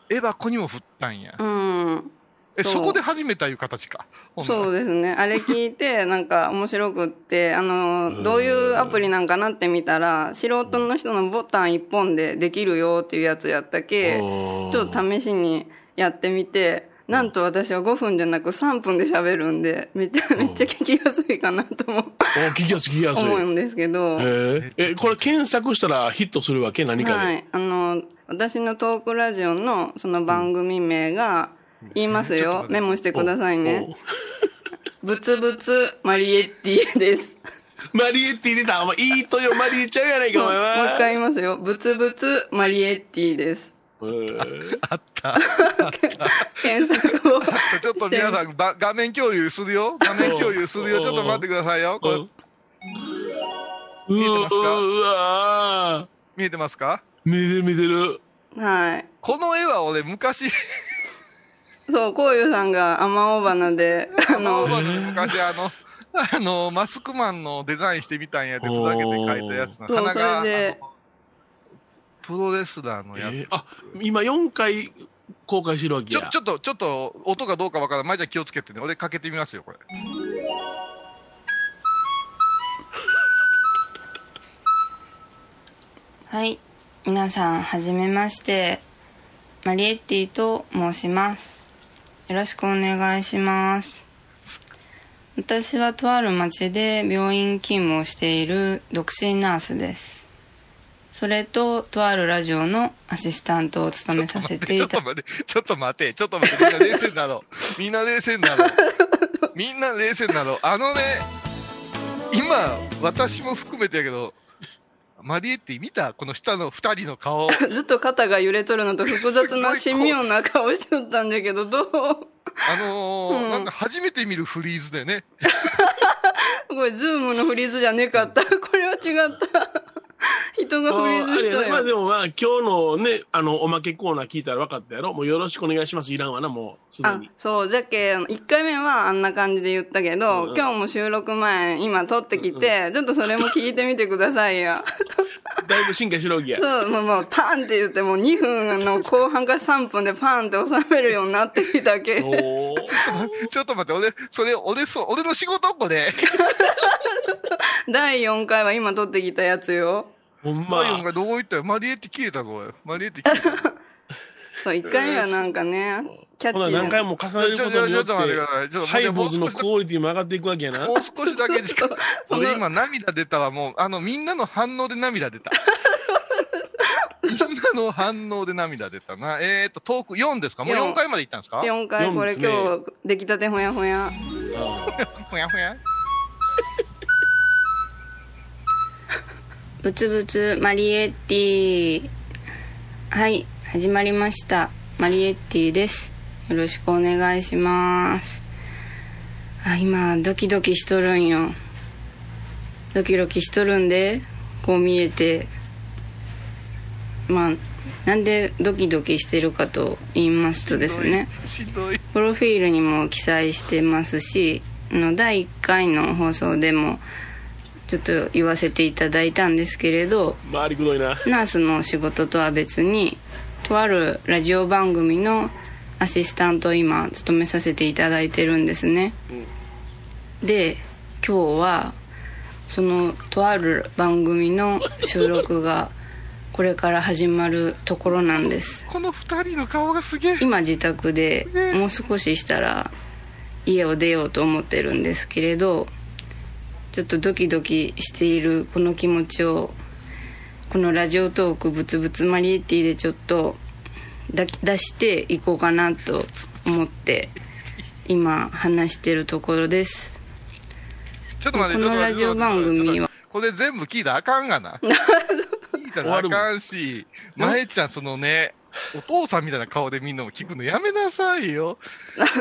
Speaker 4: エバ子にも振ったんや。
Speaker 2: うん。
Speaker 4: え、
Speaker 2: そう
Speaker 4: そこで始めたいう形か。ほんなら
Speaker 2: そうですね。あれ聞いて、なんか面白くって、あの、どういうアプリなんかなってみたら、素人の人のボタン一本でできるよっていうやつやったけ、ちょ
Speaker 5: ょ
Speaker 2: っと試しにやってみて、なんと私は5分じゃなく3分で喋るんで、めっちゃ、めっちゃ聞きやすいかなとも
Speaker 5: お聞きやすい、聞きやすい。
Speaker 2: 思うんですけど、
Speaker 5: へええ、これ検索したらヒットするわけ何か
Speaker 2: は
Speaker 5: で。
Speaker 2: い。あの、私のトークラジオのその番組名が、言います
Speaker 4: ちょっと
Speaker 2: よ。
Speaker 4: 待って
Speaker 2: メモしてくださいね
Speaker 5: お。
Speaker 2: ぶつぶつマリエッティです。
Speaker 5: マリエッティ出た。お前、いいとよ、マリエちゃうやないか、お
Speaker 2: もう
Speaker 5: 前は。
Speaker 2: 一回言いますよ。ブツブツマリエッティです。
Speaker 5: へえ
Speaker 4: あった。
Speaker 2: 検索を。
Speaker 4: ちょっと皆さん、ば画面共有するよ。画面共有するよ。
Speaker 5: うん
Speaker 4: ちょっと待ってくださいよ。こ
Speaker 5: う
Speaker 4: れ
Speaker 5: ん
Speaker 4: 見えてますか
Speaker 5: うわ
Speaker 4: 見えてますか
Speaker 5: ー見てる見てる。
Speaker 2: はい。
Speaker 4: この絵は俺、昔、
Speaker 2: そう、こういうさんがアマオバナで、あ
Speaker 4: 今
Speaker 2: の、
Speaker 4: まで昔、あの、 あの、マスクマンのデザインしてみたんやで、ふざけて描いたやつな。
Speaker 2: そう
Speaker 4: 鼻が、あ
Speaker 2: それで
Speaker 4: のプロレスラーの
Speaker 5: え
Speaker 4: やつ。
Speaker 5: ーあ、今4回公開してるわけ
Speaker 4: ちょ
Speaker 5: や。、
Speaker 4: ちょっと、ちょっと、音がどうかわからない。まいちゃん気をつけてね。俺かけてみますよ、これ。
Speaker 2: はい。皆さん、はじめまして。マリエッティと申します。よろしくお願いします。私はとある町で病院勤務をしている独身ナースです。それと、とあるラジオのアシスタントを務めさせてい
Speaker 4: ちょ
Speaker 2: た
Speaker 4: っと待って、ちょっと待って、ちょっと待って、みんな冷静に なろう。みんな冷静になろう。みんな冷静になろう。あのね、今、私も含めてやけど、マリエッティ見たこの下の二人の顔。
Speaker 2: ずっと肩が揺れとるのと複雑な
Speaker 4: す
Speaker 2: 神
Speaker 4: ごい
Speaker 2: 妙な顔しとったんだけど、どう
Speaker 4: あのー
Speaker 2: うん
Speaker 4: なんか初めて見るフリーズでね。
Speaker 2: これ、ズームのフリーズじゃね かった。これは違った。人が
Speaker 5: あ
Speaker 2: フリーズ
Speaker 5: ーあれ
Speaker 2: し
Speaker 5: やなまあ
Speaker 2: た
Speaker 5: で
Speaker 2: よ。
Speaker 5: もまあ今日のね、あの、おまけコーナー聞いたら分かったやろもうよろしくお願いします。いらんわな、もう、すで
Speaker 2: あ
Speaker 5: に。
Speaker 2: そう、じゃけ、1回目はあんな感じで言ったけど、
Speaker 5: うんうん
Speaker 2: 今日も収録前、今撮ってきて、ちょっとそれも聞いてみてくださいよ。
Speaker 5: だいぶ進化してるわけや。
Speaker 2: そう、もう、もうパンって言って、もう2分の後半から3分でパンって収めるようになってきたけ。
Speaker 5: おー
Speaker 4: ちょっと待って、俺、それ、俺、そう、俺の仕事っ子で。
Speaker 2: 第4回は今撮ってきたやつよ。
Speaker 5: ほん
Speaker 4: ま
Speaker 5: ま
Speaker 4: あ、。お前どこ行ったよ。マリエって消えたぞ。マリエって消えた。
Speaker 2: そう、一回目はなんかね、キャッ
Speaker 5: ほな
Speaker 2: チーな
Speaker 5: 何回も重ねる
Speaker 4: ち
Speaker 5: こ
Speaker 4: ょ、ち
Speaker 5: と
Speaker 4: ょ、
Speaker 5: に
Speaker 4: ちょ
Speaker 5: よ
Speaker 4: っ
Speaker 5: って
Speaker 4: と待ってください。ちょっと
Speaker 5: ハ
Speaker 4: 待っ
Speaker 5: イ
Speaker 4: て、も
Speaker 5: ボー
Speaker 4: う
Speaker 5: ズ
Speaker 4: 少
Speaker 5: の
Speaker 4: しだ
Speaker 5: クオリティも上がっていくわけやな
Speaker 4: も。 う少しだけ時間。
Speaker 2: そう
Speaker 4: 俺今涙出たわ。もう、あの、みんなの反応で涙出た。みんなの反応で涙出たな。えっ、ー、と、トーク4ですかもう4回まで行ったんですか
Speaker 2: 4回これ
Speaker 5: 四ですね
Speaker 2: 今日出来たてほやほや
Speaker 4: ほやほや。
Speaker 2: ぶつぶつマリエッティはい始まりましたマリエッティですよろしくお願いしますあ今ドキドキしとるんよドキドキしとるんでこう見えてまあなんでドキドキしてるかと言いますとですね
Speaker 4: しんどい。
Speaker 2: プロフィールにも記載してますしあの第1回の放送でもちょっと言わせていただいたんですけれど
Speaker 5: 周りくどいな。
Speaker 2: ナースの仕事とは別にとあるラジオ番組のアシスタントを今務めさせていただいてるんですね、で今日はそのとある番組の収録がこれから始まるところなんです
Speaker 4: この二人の顔がすげえ。
Speaker 2: 今自宅でもう少ししたら家を出ようと思ってるんですけれどちょっとドキドキしているこの気持ちをこのラジオトーク「ブツブツマリエッティ」でちょっとだ出していこうかなと思って今話してるところです
Speaker 4: ちょっと待って、
Speaker 2: このラジオ番組は
Speaker 4: ちょっと待って。ちょっと待ってこれ全部聞いたらあかん がな。聞いたらあかんし、まえちゃんそのね、お父さんみたいな顔でみんなも聞くのやめなさいよ。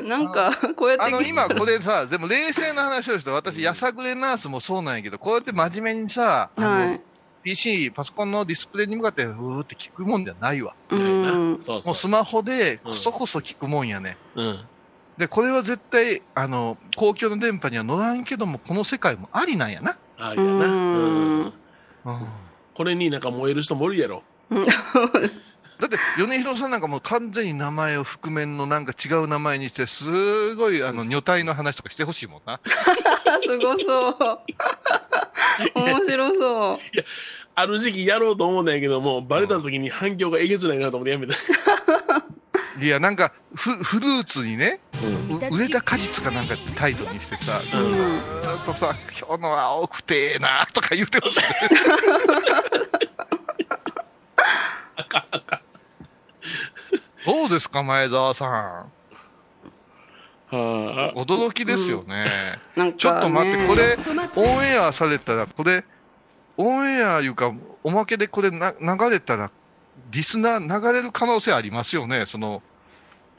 Speaker 2: ななんかこうやって
Speaker 4: あの、今これさ、でも冷静な話をして、私、やさぐれナースもそうなんやけど、こうやって真面目にさ、あの
Speaker 2: はい
Speaker 4: PC、パソコンのディスプレイに向かって、うーって聞くもんじゃないわ。
Speaker 2: うん
Speaker 5: そう
Speaker 4: も
Speaker 5: そうう
Speaker 4: ス
Speaker 5: そう。
Speaker 4: マホで、こそこそ聞くもんやね。
Speaker 5: うん。
Speaker 4: で、これは絶対、あの、公共の電波には乗らんけども、この世界もありなんやな。
Speaker 5: ありやな。
Speaker 2: うん
Speaker 5: うん。これになんか燃える人もおるやろ。
Speaker 4: だって、米広さんなんかもう完全に名前を覆面のなんか違う名前にして、すごい、あの、女体の話とかしてほしいもんな。
Speaker 2: あすごそう 面白そう
Speaker 5: ある時期やろうと思うんだけども、バレた時に反響がえげつないなと思ってやめた。
Speaker 4: いや、なんか、フフルーツにね、う植えた果実かなんかってタイトルにしてさ、ずーっとさ、今日のは青くてえなとか言ってほ しい。どうですか、前澤さん。
Speaker 5: はあ。
Speaker 4: 驚きですよね。
Speaker 2: なんか、ね、
Speaker 4: ちょっと待って、これ、オンエアされたら、これ、オンエアいうか、おまけでこれな流れたら、リスナー流れる可能性ありますよね、その、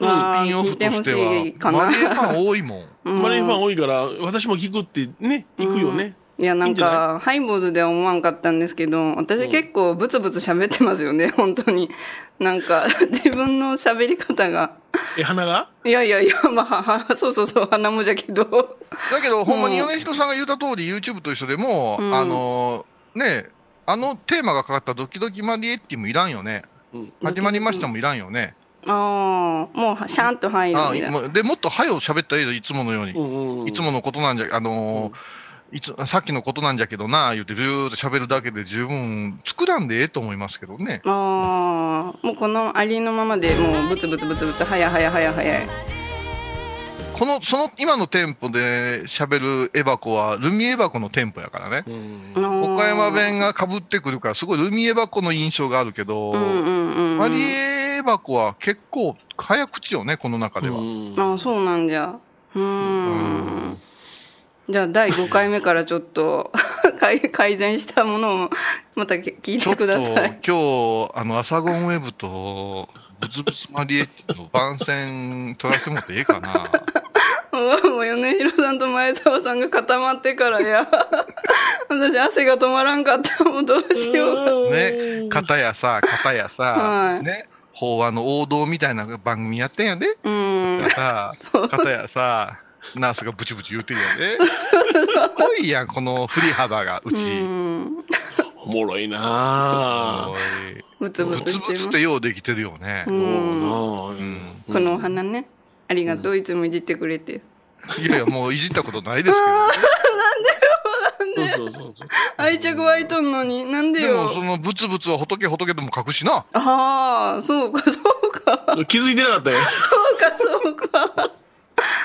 Speaker 4: スピ
Speaker 2: まあ
Speaker 4: ンオフとしては。
Speaker 2: 聞いてほしいかな
Speaker 4: マリエファン多いもん。
Speaker 2: うん
Speaker 5: マネーファン多いから、私も聞くってね、行くよね。
Speaker 2: いや、ない
Speaker 5: い
Speaker 2: ん
Speaker 5: んじゃ
Speaker 2: か、ハイボールでは思わんかったんですけど、私結構ブツブツ喋ってますよね、本当に。なんか、 自分の喋り方が。
Speaker 5: え、花が
Speaker 2: いやいやいや、まあ、ははそうそうそう、鼻もじゃけど。
Speaker 4: だけど、ほんまに米人さんが言った通り、YouTube と一緒でもう、
Speaker 2: うん
Speaker 4: あのーねえ、あのテーマがかかったドキドキマリエッティもいらんよね。
Speaker 5: うん
Speaker 4: 始まりましたもいらんよね。
Speaker 2: ああ、もう、シャンと入る
Speaker 4: あ
Speaker 2: みたいな。
Speaker 4: もうで、もっと早う喋ったらいいよ、いつものように。
Speaker 5: うんうんうん。
Speaker 4: いつものことなんじゃ、あのーいつ、さっきのことなんじゃけどな、言うて、ずーっと喋るだけで十分作らんでええと思いますけどね。
Speaker 2: ああ、もうこのありのままでもう、ブツブツブツブツ、はやはやはやはや。
Speaker 4: この、その、今のテンポで喋るエバコは、ルミエバコのテンポやからね。
Speaker 5: うん。
Speaker 2: 岡
Speaker 4: 岡山。弁が被ってくるから、すごいルミエバコの印象があるけど、
Speaker 2: うんうんうん。
Speaker 4: マリエバコは結構早口よね、この中では。
Speaker 5: うん
Speaker 2: ああ、そうなんじゃ。うーん。じゃあ、第5回目からちょっと 改改善したものをまたけ聞い
Speaker 4: ちょ
Speaker 2: て
Speaker 4: っ
Speaker 2: く
Speaker 4: と
Speaker 2: ださ
Speaker 4: 今
Speaker 2: い。
Speaker 4: 日、あの、アサゴンウェブと、ブツブツマリエッティの番宣取らせてもらっていいかな。
Speaker 2: もう、もう米広さんと前澤さんが固まってから、いや、 私汗が止まらんかった。もうどうしよう。
Speaker 4: ね、片 やさ、片やさ、
Speaker 2: はい
Speaker 4: ね、法話の王道みたいな番組やってんやで、
Speaker 2: うん。
Speaker 4: さ、片やさ、ナースがブチブチ言うてるや で。すごいやん、この振り幅が、う
Speaker 2: う
Speaker 4: ち。
Speaker 2: ん。
Speaker 5: おもろいなぁ。
Speaker 2: ブツ
Speaker 4: ブ
Speaker 2: ブツ
Speaker 4: ツ
Speaker 2: し
Speaker 4: ブツっててようできてるよね
Speaker 2: う。ん。
Speaker 5: もうなぁ。
Speaker 2: このお花ね。ありがとう。いつもいじってくれて。
Speaker 4: いやいや、もういじったことないですけど
Speaker 2: なん
Speaker 4: ね。
Speaker 2: で
Speaker 3: そうそうそう。
Speaker 2: 愛着湧いとんのに、なんで
Speaker 4: でも、
Speaker 2: よ。
Speaker 4: そのブツブツは仏仏でも書くしな。
Speaker 2: ああ、そうか、そうか。
Speaker 3: 気づいてなかったよ。
Speaker 2: そうか、そうか。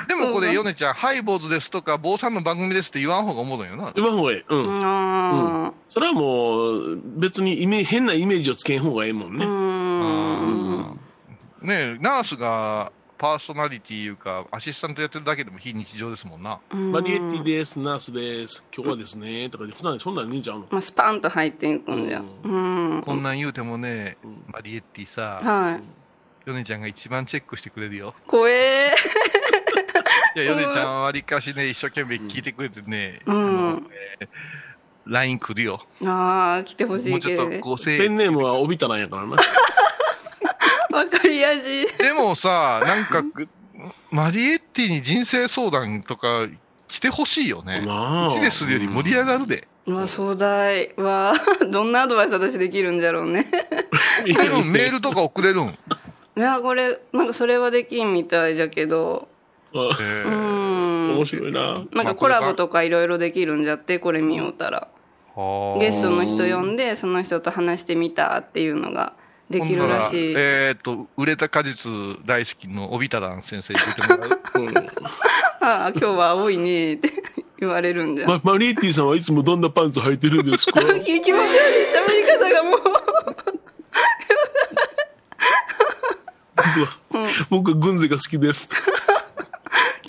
Speaker 4: でもこ
Speaker 2: そう
Speaker 4: れ、
Speaker 2: ね
Speaker 4: ヨネちゃん、ハイボーズですとか、坊さんの番組ですって言わん方が思うのよな。
Speaker 3: 今方がええ。うん。
Speaker 2: あ
Speaker 3: それはもう、別にイメージ変なイメージをつけん方がええもん
Speaker 2: ー
Speaker 3: ね。
Speaker 2: うん。うん。
Speaker 4: ねえ、ナースがパーソナリティいうか、アシスタントやってるだけでも非日常ですもんな。
Speaker 3: バリエティです、ナースです、今日はですね、とかで、そんなん、そんなんでいいんちゃうの
Speaker 2: まあ、スパンと入っていくんじゃん。うん。
Speaker 4: こんなん言うてもね、
Speaker 3: うん
Speaker 4: マリエッティさ、
Speaker 2: はい。
Speaker 4: ヨネちゃんが一番チェックしてくれるよ。
Speaker 2: 怖え
Speaker 4: いや、ヨネちゃんはわりかしね、一生懸命聞いてくれてね、
Speaker 2: ー。う
Speaker 4: あの
Speaker 2: ん。
Speaker 4: LINE 来るよ。
Speaker 2: ああ、来てほし
Speaker 4: もう
Speaker 2: い
Speaker 4: ち
Speaker 2: け
Speaker 4: ょ
Speaker 2: ど
Speaker 4: っと
Speaker 2: ね。
Speaker 4: 5000
Speaker 3: ペ
Speaker 4: 円。
Speaker 3: ンネームはおびたなんやからな。
Speaker 2: わかりやすい。
Speaker 4: でも さ、なんか、マリエッティに人生相談とかしてほしいよね。
Speaker 3: な
Speaker 4: うちでするより盛り上がるで。
Speaker 2: まあ、壮大は、どんなアドバイス私できるんじゃろうね。
Speaker 3: い
Speaker 4: 多
Speaker 3: や
Speaker 4: 分メールとか送れるん。
Speaker 2: いや、これ、なんかそれはできんみたいじゃけど、
Speaker 3: あ
Speaker 4: え
Speaker 2: う
Speaker 4: ー
Speaker 2: ん。
Speaker 3: 面白いな。
Speaker 2: なんかコラボとかいろいろできるんじゃって、これ見ようたら。
Speaker 4: はあ
Speaker 2: ゲストの人呼んで、その人と話してみたっていうのができるらしい
Speaker 4: ほんな。らえーっと、売れた果実大好きの帯田蘭先生に出ても らう。
Speaker 3: うん
Speaker 2: ああ、今日は青いねって言われるんじゃん。
Speaker 3: まマリエッティさんはいつもどんなパンツ履いてるんですか
Speaker 2: 気持ち悪い喋り方がもう。
Speaker 3: 僕、軍勢が好きです。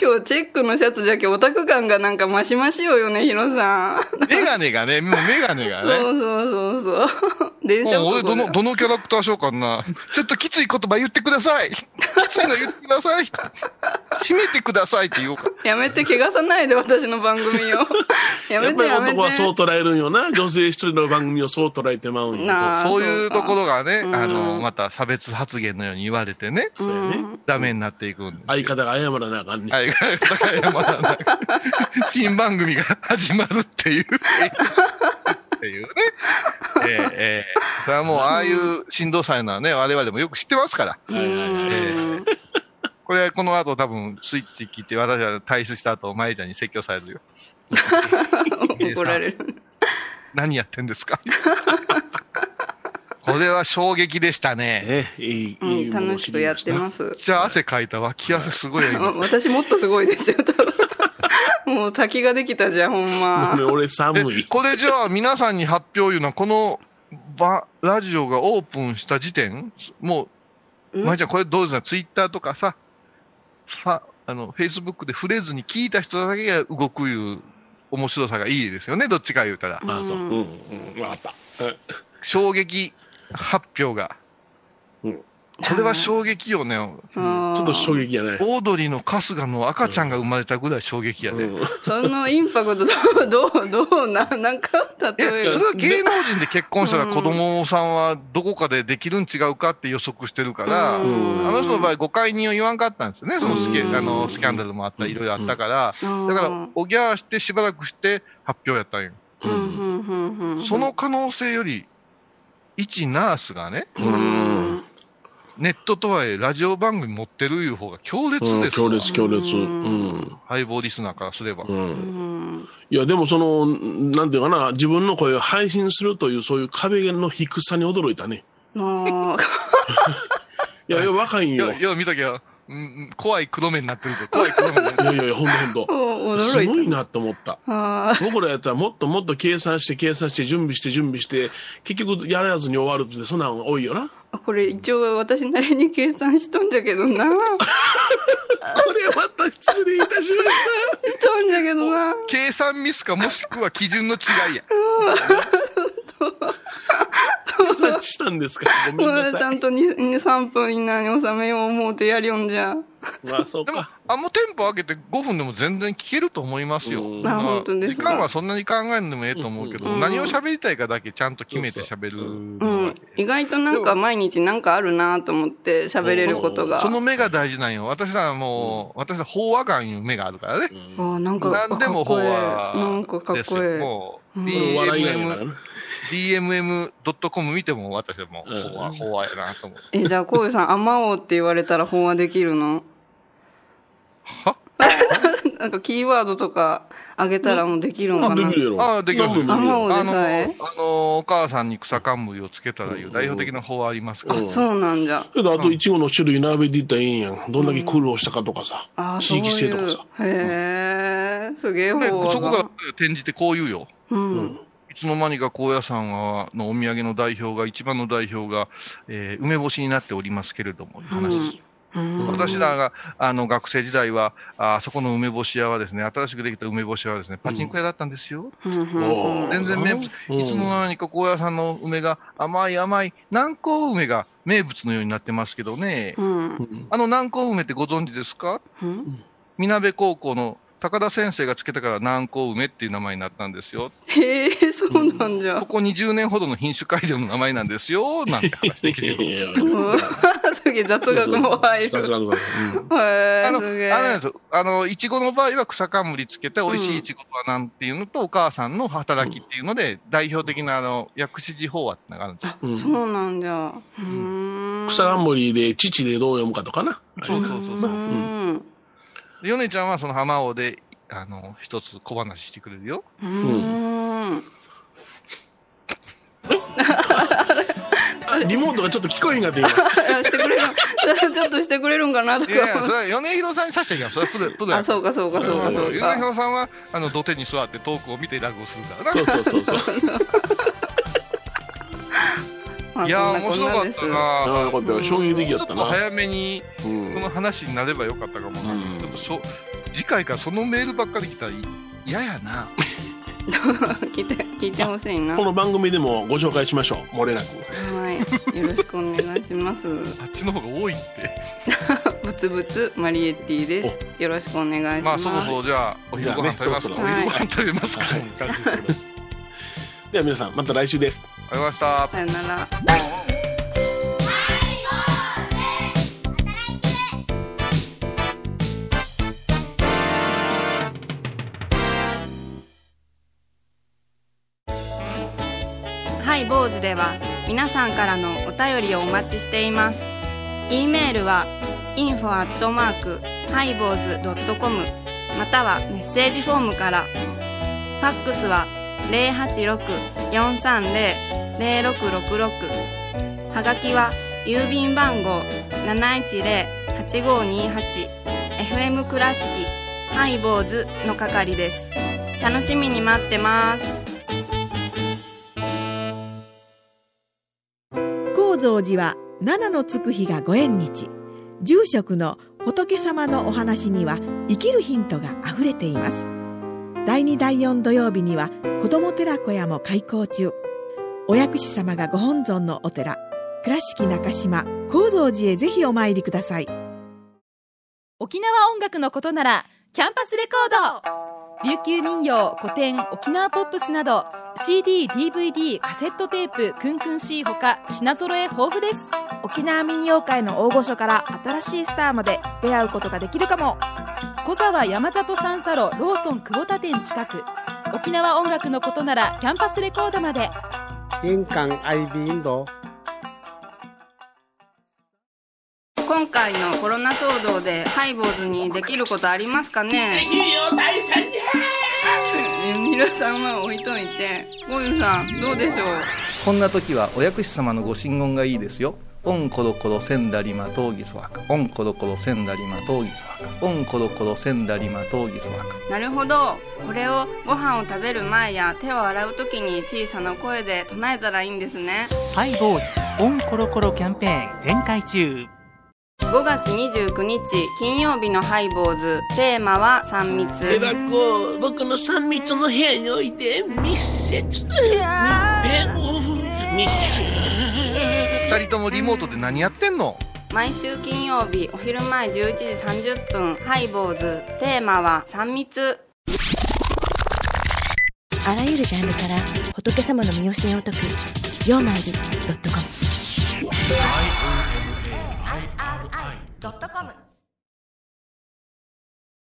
Speaker 2: 今日チェックのシャツじゃけオタク感がなんかマシマシよよね、ヒロさん。
Speaker 4: メガネがね、もうメガネが
Speaker 2: そう
Speaker 4: ね。
Speaker 2: そうそうそう。電車
Speaker 4: もう俺ど
Speaker 2: 男だ
Speaker 4: の、どのキャラクターしようかな。ちょっときつい言葉言ってください。きついの言ってください。締めてくださいって言おうか。
Speaker 2: やめて、怪我さないで、私の番組を。や
Speaker 3: や
Speaker 2: め
Speaker 3: っぱ
Speaker 2: て、
Speaker 3: り
Speaker 2: やめ
Speaker 3: 男はそう
Speaker 2: て。
Speaker 3: 捉えるんよな。女性一人の番組をそう捉えてまうんよ。
Speaker 2: なあ
Speaker 4: そうい
Speaker 2: そう
Speaker 4: う
Speaker 2: か
Speaker 4: ところがね、
Speaker 2: うん
Speaker 4: あの、また差別発言のように言われてね、
Speaker 3: そうやね。
Speaker 4: ダメになっていくんです
Speaker 3: 相方が謝らなあかんね。
Speaker 4: はい、高山なんだ新番組が始まるっていう。っていうね。ええええそれはもう、ああいうしんどさいうのはね、我々もよく知ってますから。
Speaker 3: はいはいはい
Speaker 4: えこれ、この後多分、スイッチ切って、私は退出した後、まゆちゃんに説教されるよ。
Speaker 2: うん 怒られる。
Speaker 4: 何やってんですか これは衝撃でしたね。
Speaker 3: ねいい、
Speaker 2: う
Speaker 3: いい
Speaker 2: ん、楽しくやって
Speaker 3: す。
Speaker 2: ます。
Speaker 4: じゃあ汗かいた脇汗すごいよ、今
Speaker 2: あ私もっとすごいですよ、多 分。もう滝ができたじゃん、ほんま
Speaker 3: ごめ。ん俺寒
Speaker 4: え
Speaker 3: い。
Speaker 4: これじゃあ皆さんに発表いうのは、このばラジオがオープンした時点、もう、
Speaker 2: ん
Speaker 4: まゆちゃん、これどうですか、ツイッターとかさ、さあのフェイスブックで触れずに聞いた人だけが動くいう面白さがいいですよね、どっちか言うたら。
Speaker 3: あ、そう。うん、うん、わかった。はい
Speaker 4: 衝撃発表が。
Speaker 3: うん
Speaker 4: これは衝撃よね。
Speaker 2: うん
Speaker 3: ちょっと衝撃やね。
Speaker 4: オードリーの春日の赤ちゃんが生まれたぐらい衝撃や
Speaker 3: う
Speaker 4: ね。
Speaker 3: ん
Speaker 2: そのインパクト、どう、どう、どうな、なんか、
Speaker 4: え、
Speaker 2: 例え
Speaker 4: それは芸能人で結婚したら子供さんはどこかでできるん違うかって予測してるから、あ
Speaker 3: ん
Speaker 4: の人の場合誤解人を言わんかったんですよね、そのスキ,、
Speaker 2: うん
Speaker 4: あのスキャンダルもあった、いろいろあったから。
Speaker 2: ば。
Speaker 4: だから、おぎゃーしてしばらくして発表やったんよ。
Speaker 2: うん、うん、うん、うん。
Speaker 4: その可能性より、一ナースがね、
Speaker 2: う
Speaker 3: うん。
Speaker 2: ん、
Speaker 4: ネットとはいえラジオ番組持ってるいう方が強烈
Speaker 3: うん
Speaker 4: です
Speaker 3: 強
Speaker 4: よ。
Speaker 3: 烈、強烈。
Speaker 2: う
Speaker 3: うん。
Speaker 4: 相棒リスナーからすれば。
Speaker 3: う。
Speaker 2: うんん。
Speaker 3: いや、でもその、なんていうかな、自分の声を配信するという、そういう壁の低さに驚いたね。
Speaker 2: もう、
Speaker 3: いや、いや若いんよ。
Speaker 4: よ、
Speaker 3: い
Speaker 4: よ、見とけよ。うん、怖い黒目になってるぞ。怖い黒目になってる。
Speaker 3: やいやいや、ほんとほんと。す
Speaker 2: 驚
Speaker 3: ご
Speaker 2: い
Speaker 3: いなと思った。
Speaker 2: た。ああ、
Speaker 3: 僕らやったらもっともっと計算して計算して準備して準備して、結局やらずに終わるって、そんなん多いよな。
Speaker 2: これ一応私なりに計算しとんじゃけどな。し
Speaker 3: これまた失礼いたしました。
Speaker 2: とんじゃけどな。
Speaker 4: 計算ミスかもしくは基準の違いや。
Speaker 3: 計算したんですからごめ
Speaker 2: こ
Speaker 3: んな
Speaker 2: れち
Speaker 3: さ
Speaker 2: ゃ
Speaker 3: い
Speaker 2: ん。と2、3分以内に収めよう思うてやりよんじゃ。
Speaker 3: まあ、そう
Speaker 4: でも
Speaker 3: か。、
Speaker 4: あのテンポ上げて5分でも全然聞けると思いますよ。
Speaker 3: うん
Speaker 4: だから
Speaker 2: まあ本当です
Speaker 4: 時間はそんなに考えんでもええと思うけど、
Speaker 2: うん
Speaker 4: 何を喋りたいかだけちゃんと決めて喋る。
Speaker 2: うん。意外となんか毎日なんかあるなと思って喋れることが。
Speaker 4: その目が大事なんよ。私らはもう、私は飽和感いう目があるからね。
Speaker 2: ああ、なんか、
Speaker 4: 何でも
Speaker 2: かっこ
Speaker 4: 飽
Speaker 2: ええなんかか
Speaker 4: 和
Speaker 2: っ
Speaker 4: です
Speaker 2: こえ
Speaker 4: よ。
Speaker 2: え。
Speaker 4: もう、
Speaker 2: うん
Speaker 3: 笑いないから
Speaker 4: DMM、
Speaker 3: な。
Speaker 4: DMM.com 見ても私はもう、
Speaker 3: うん
Speaker 4: 飽和、飽和やなと思う。
Speaker 2: え、じゃあ、こういうさん、あまおうって言われたら飽和できるの
Speaker 4: は
Speaker 2: なんかキーワードとかあげたらもうできるん
Speaker 5: あ
Speaker 2: か
Speaker 5: で
Speaker 2: な
Speaker 5: き。るやろ。
Speaker 4: ああ、できますよ。
Speaker 5: あ
Speaker 2: もうで
Speaker 4: あの、
Speaker 2: さ
Speaker 4: あ
Speaker 2: え
Speaker 4: の、お母さんに草冠をつけたらいううん代表的な法はありますから。
Speaker 5: う
Speaker 2: あ、
Speaker 5: ん
Speaker 2: そうなんじゃ。
Speaker 5: けど、あと、いちごの種類並べていったらいいんやん。どんだけ苦労したかとかさ。
Speaker 2: ああ、
Speaker 5: 地
Speaker 2: そう
Speaker 5: 域
Speaker 2: い
Speaker 5: 性と
Speaker 2: う
Speaker 5: かさ。。
Speaker 2: へえ、すげえ方
Speaker 4: で、そこが
Speaker 2: が。
Speaker 4: 転じてこう言うよ。
Speaker 5: う
Speaker 2: う
Speaker 5: んん。。
Speaker 4: いつの間にか高野山はのお土産の代表が、一番の代表が、えー梅干しになっておりますけれども、いう話です。
Speaker 2: うん
Speaker 4: 私らがあの学生時代は、あそこの梅干し屋はですね、新しくできた梅干し屋はですね、パチンコ屋だったんですよ。
Speaker 2: うんうん
Speaker 5: お
Speaker 2: うん
Speaker 5: ー
Speaker 4: 全然名物、い
Speaker 5: うん
Speaker 4: つの間にか高野山の梅が甘い甘い、南高梅が名物のようになってますけどね。
Speaker 2: うん
Speaker 5: うん
Speaker 4: あの南高梅ってご存知ですか
Speaker 2: うん
Speaker 4: みなべ高校の高田先生がつけたから南高梅っていう名前になったんですよ。
Speaker 2: へえ、そうなんじ
Speaker 4: こ
Speaker 2: ゃ。
Speaker 4: こ20年ほどの品種改良の名前なんですよ、なんて 話できるよ。
Speaker 5: いやいやいや
Speaker 2: うわ すげえ雑学も入る。
Speaker 5: 雑学も入る。
Speaker 2: へ
Speaker 4: あ
Speaker 2: え、
Speaker 4: の、あ
Speaker 2: す
Speaker 4: れ
Speaker 2: げえ。
Speaker 4: なんですよ。あの、いちごの場合は草冠つけて、美味しいいちごとはなんていうのと、お母さんの働きっていうので、代表的な、あの、薬師寺法話ってのがあるんですよ。
Speaker 5: うん うん
Speaker 2: そうなんじゃ。うーん。
Speaker 5: 草冠で、父でどう読むかとかな。あれ
Speaker 4: そうそうそう
Speaker 2: う
Speaker 4: そう。
Speaker 2: ん。
Speaker 4: でヨネちゃんはその浜尾で、あの、一つ小話してくれるよ。
Speaker 2: うん。
Speaker 5: あリモートがちょっと聞こえへんかって今。
Speaker 2: あしてくれる ちょっとしてくれるんかなと
Speaker 4: いやいや、それ
Speaker 2: か。
Speaker 4: は米広さんにさしていきます。それはプロプロや
Speaker 2: あ、そうかそうかそうかそう
Speaker 4: 米
Speaker 2: か。
Speaker 4: 広さんは、あの、土手に座ってトークを見て落語するからな。
Speaker 5: そうそうそうそう。
Speaker 2: まあ
Speaker 4: いや
Speaker 2: そん
Speaker 4: ー、面
Speaker 2: こん
Speaker 4: 白かっ
Speaker 2: です
Speaker 4: たな
Speaker 5: ああ、これ衝撃的
Speaker 4: ち
Speaker 5: や
Speaker 4: ょ
Speaker 5: っ
Speaker 4: ったと
Speaker 5: な。
Speaker 4: 早めに、
Speaker 5: う
Speaker 4: この
Speaker 5: ん。
Speaker 4: 話になればよかったかもな、
Speaker 5: うん
Speaker 4: ちょっとしょ次回からそのメールばっかり来たら嫌やな
Speaker 2: 聞いて聞いてほしいな。
Speaker 5: こ
Speaker 2: は
Speaker 5: の番組でもご紹介しましょう。漏れなく。
Speaker 2: い。よろしくお願いします。
Speaker 4: あっちの方が多 いって
Speaker 2: ぶつぶつマリエッティです。よろしくお願いし
Speaker 4: ま
Speaker 2: ま
Speaker 4: あ
Speaker 2: す。
Speaker 4: そろそろじゃあお昼ご飯食べますか、
Speaker 5: じ
Speaker 2: ゃあね
Speaker 4: お昼ご飯食べますか、
Speaker 5: は
Speaker 4: はいい、
Speaker 5: 完成するでは皆さん、また来週です。
Speaker 4: ありがとうございました
Speaker 2: さよなら。ハイボーズでは皆さんからのお便りをお待ちしています。e メールは info アットマークハイボーズドットコムまたはメッセージフォームから。ファックスは086-430-0666はがきは郵便番号710-8528 FM 倉敷ハイボーズの係です。楽しみに待ってます。
Speaker 6: 高蔵寺は七のつく日がご縁日住職の仏様のお話には生きるヒントがあふれています第2第4土曜日には子ども寺小屋も開校中お薬師様がご本尊のお寺倉敷中島・高蔵寺へぜひお参りください
Speaker 7: 沖縄音楽のことならキャンパスレコード琉球民謡古典沖縄ポップスなど CDDVD カセットテープクンクン C ほか品揃え豊富です
Speaker 8: 沖縄民謡界の大御所から新しいスターまで出会うことができるかも
Speaker 7: 小沢山里三佐路ローソン久保田店近く沖縄音楽のことならキャンパスレコードまで
Speaker 9: 玄関アイビーインド
Speaker 2: 今回のコロナ騒動でハイボーズにできることありますかねできるよ 大社じゃ皆さんは置いといてゴユさんどうでしょう
Speaker 10: こんな時はお薬師様のご神言がいいですよ。オンコロコロセンダリマトウギソワカ。オンコロコロセンダリマトウギソワカ。オンコロコロセンダリマトウギソワカ。
Speaker 2: なるほどこれをご飯を食べる前や手を洗う時に小さな声で唱えたらいいんですね
Speaker 1: ハイボーズオンコロコロキャンペーン展開中
Speaker 2: 5月29日金曜日のハイボーズテーマは3密
Speaker 11: エバコ僕の三密の部屋において密接密密
Speaker 4: 2人ともリモートで何やってんの
Speaker 2: 毎週金曜日お昼前11時30分ハイボーズテーマは3密
Speaker 12: あらゆるジャンルから仏様の身教えを解く「曜マイルドットコム」
Speaker 4: 「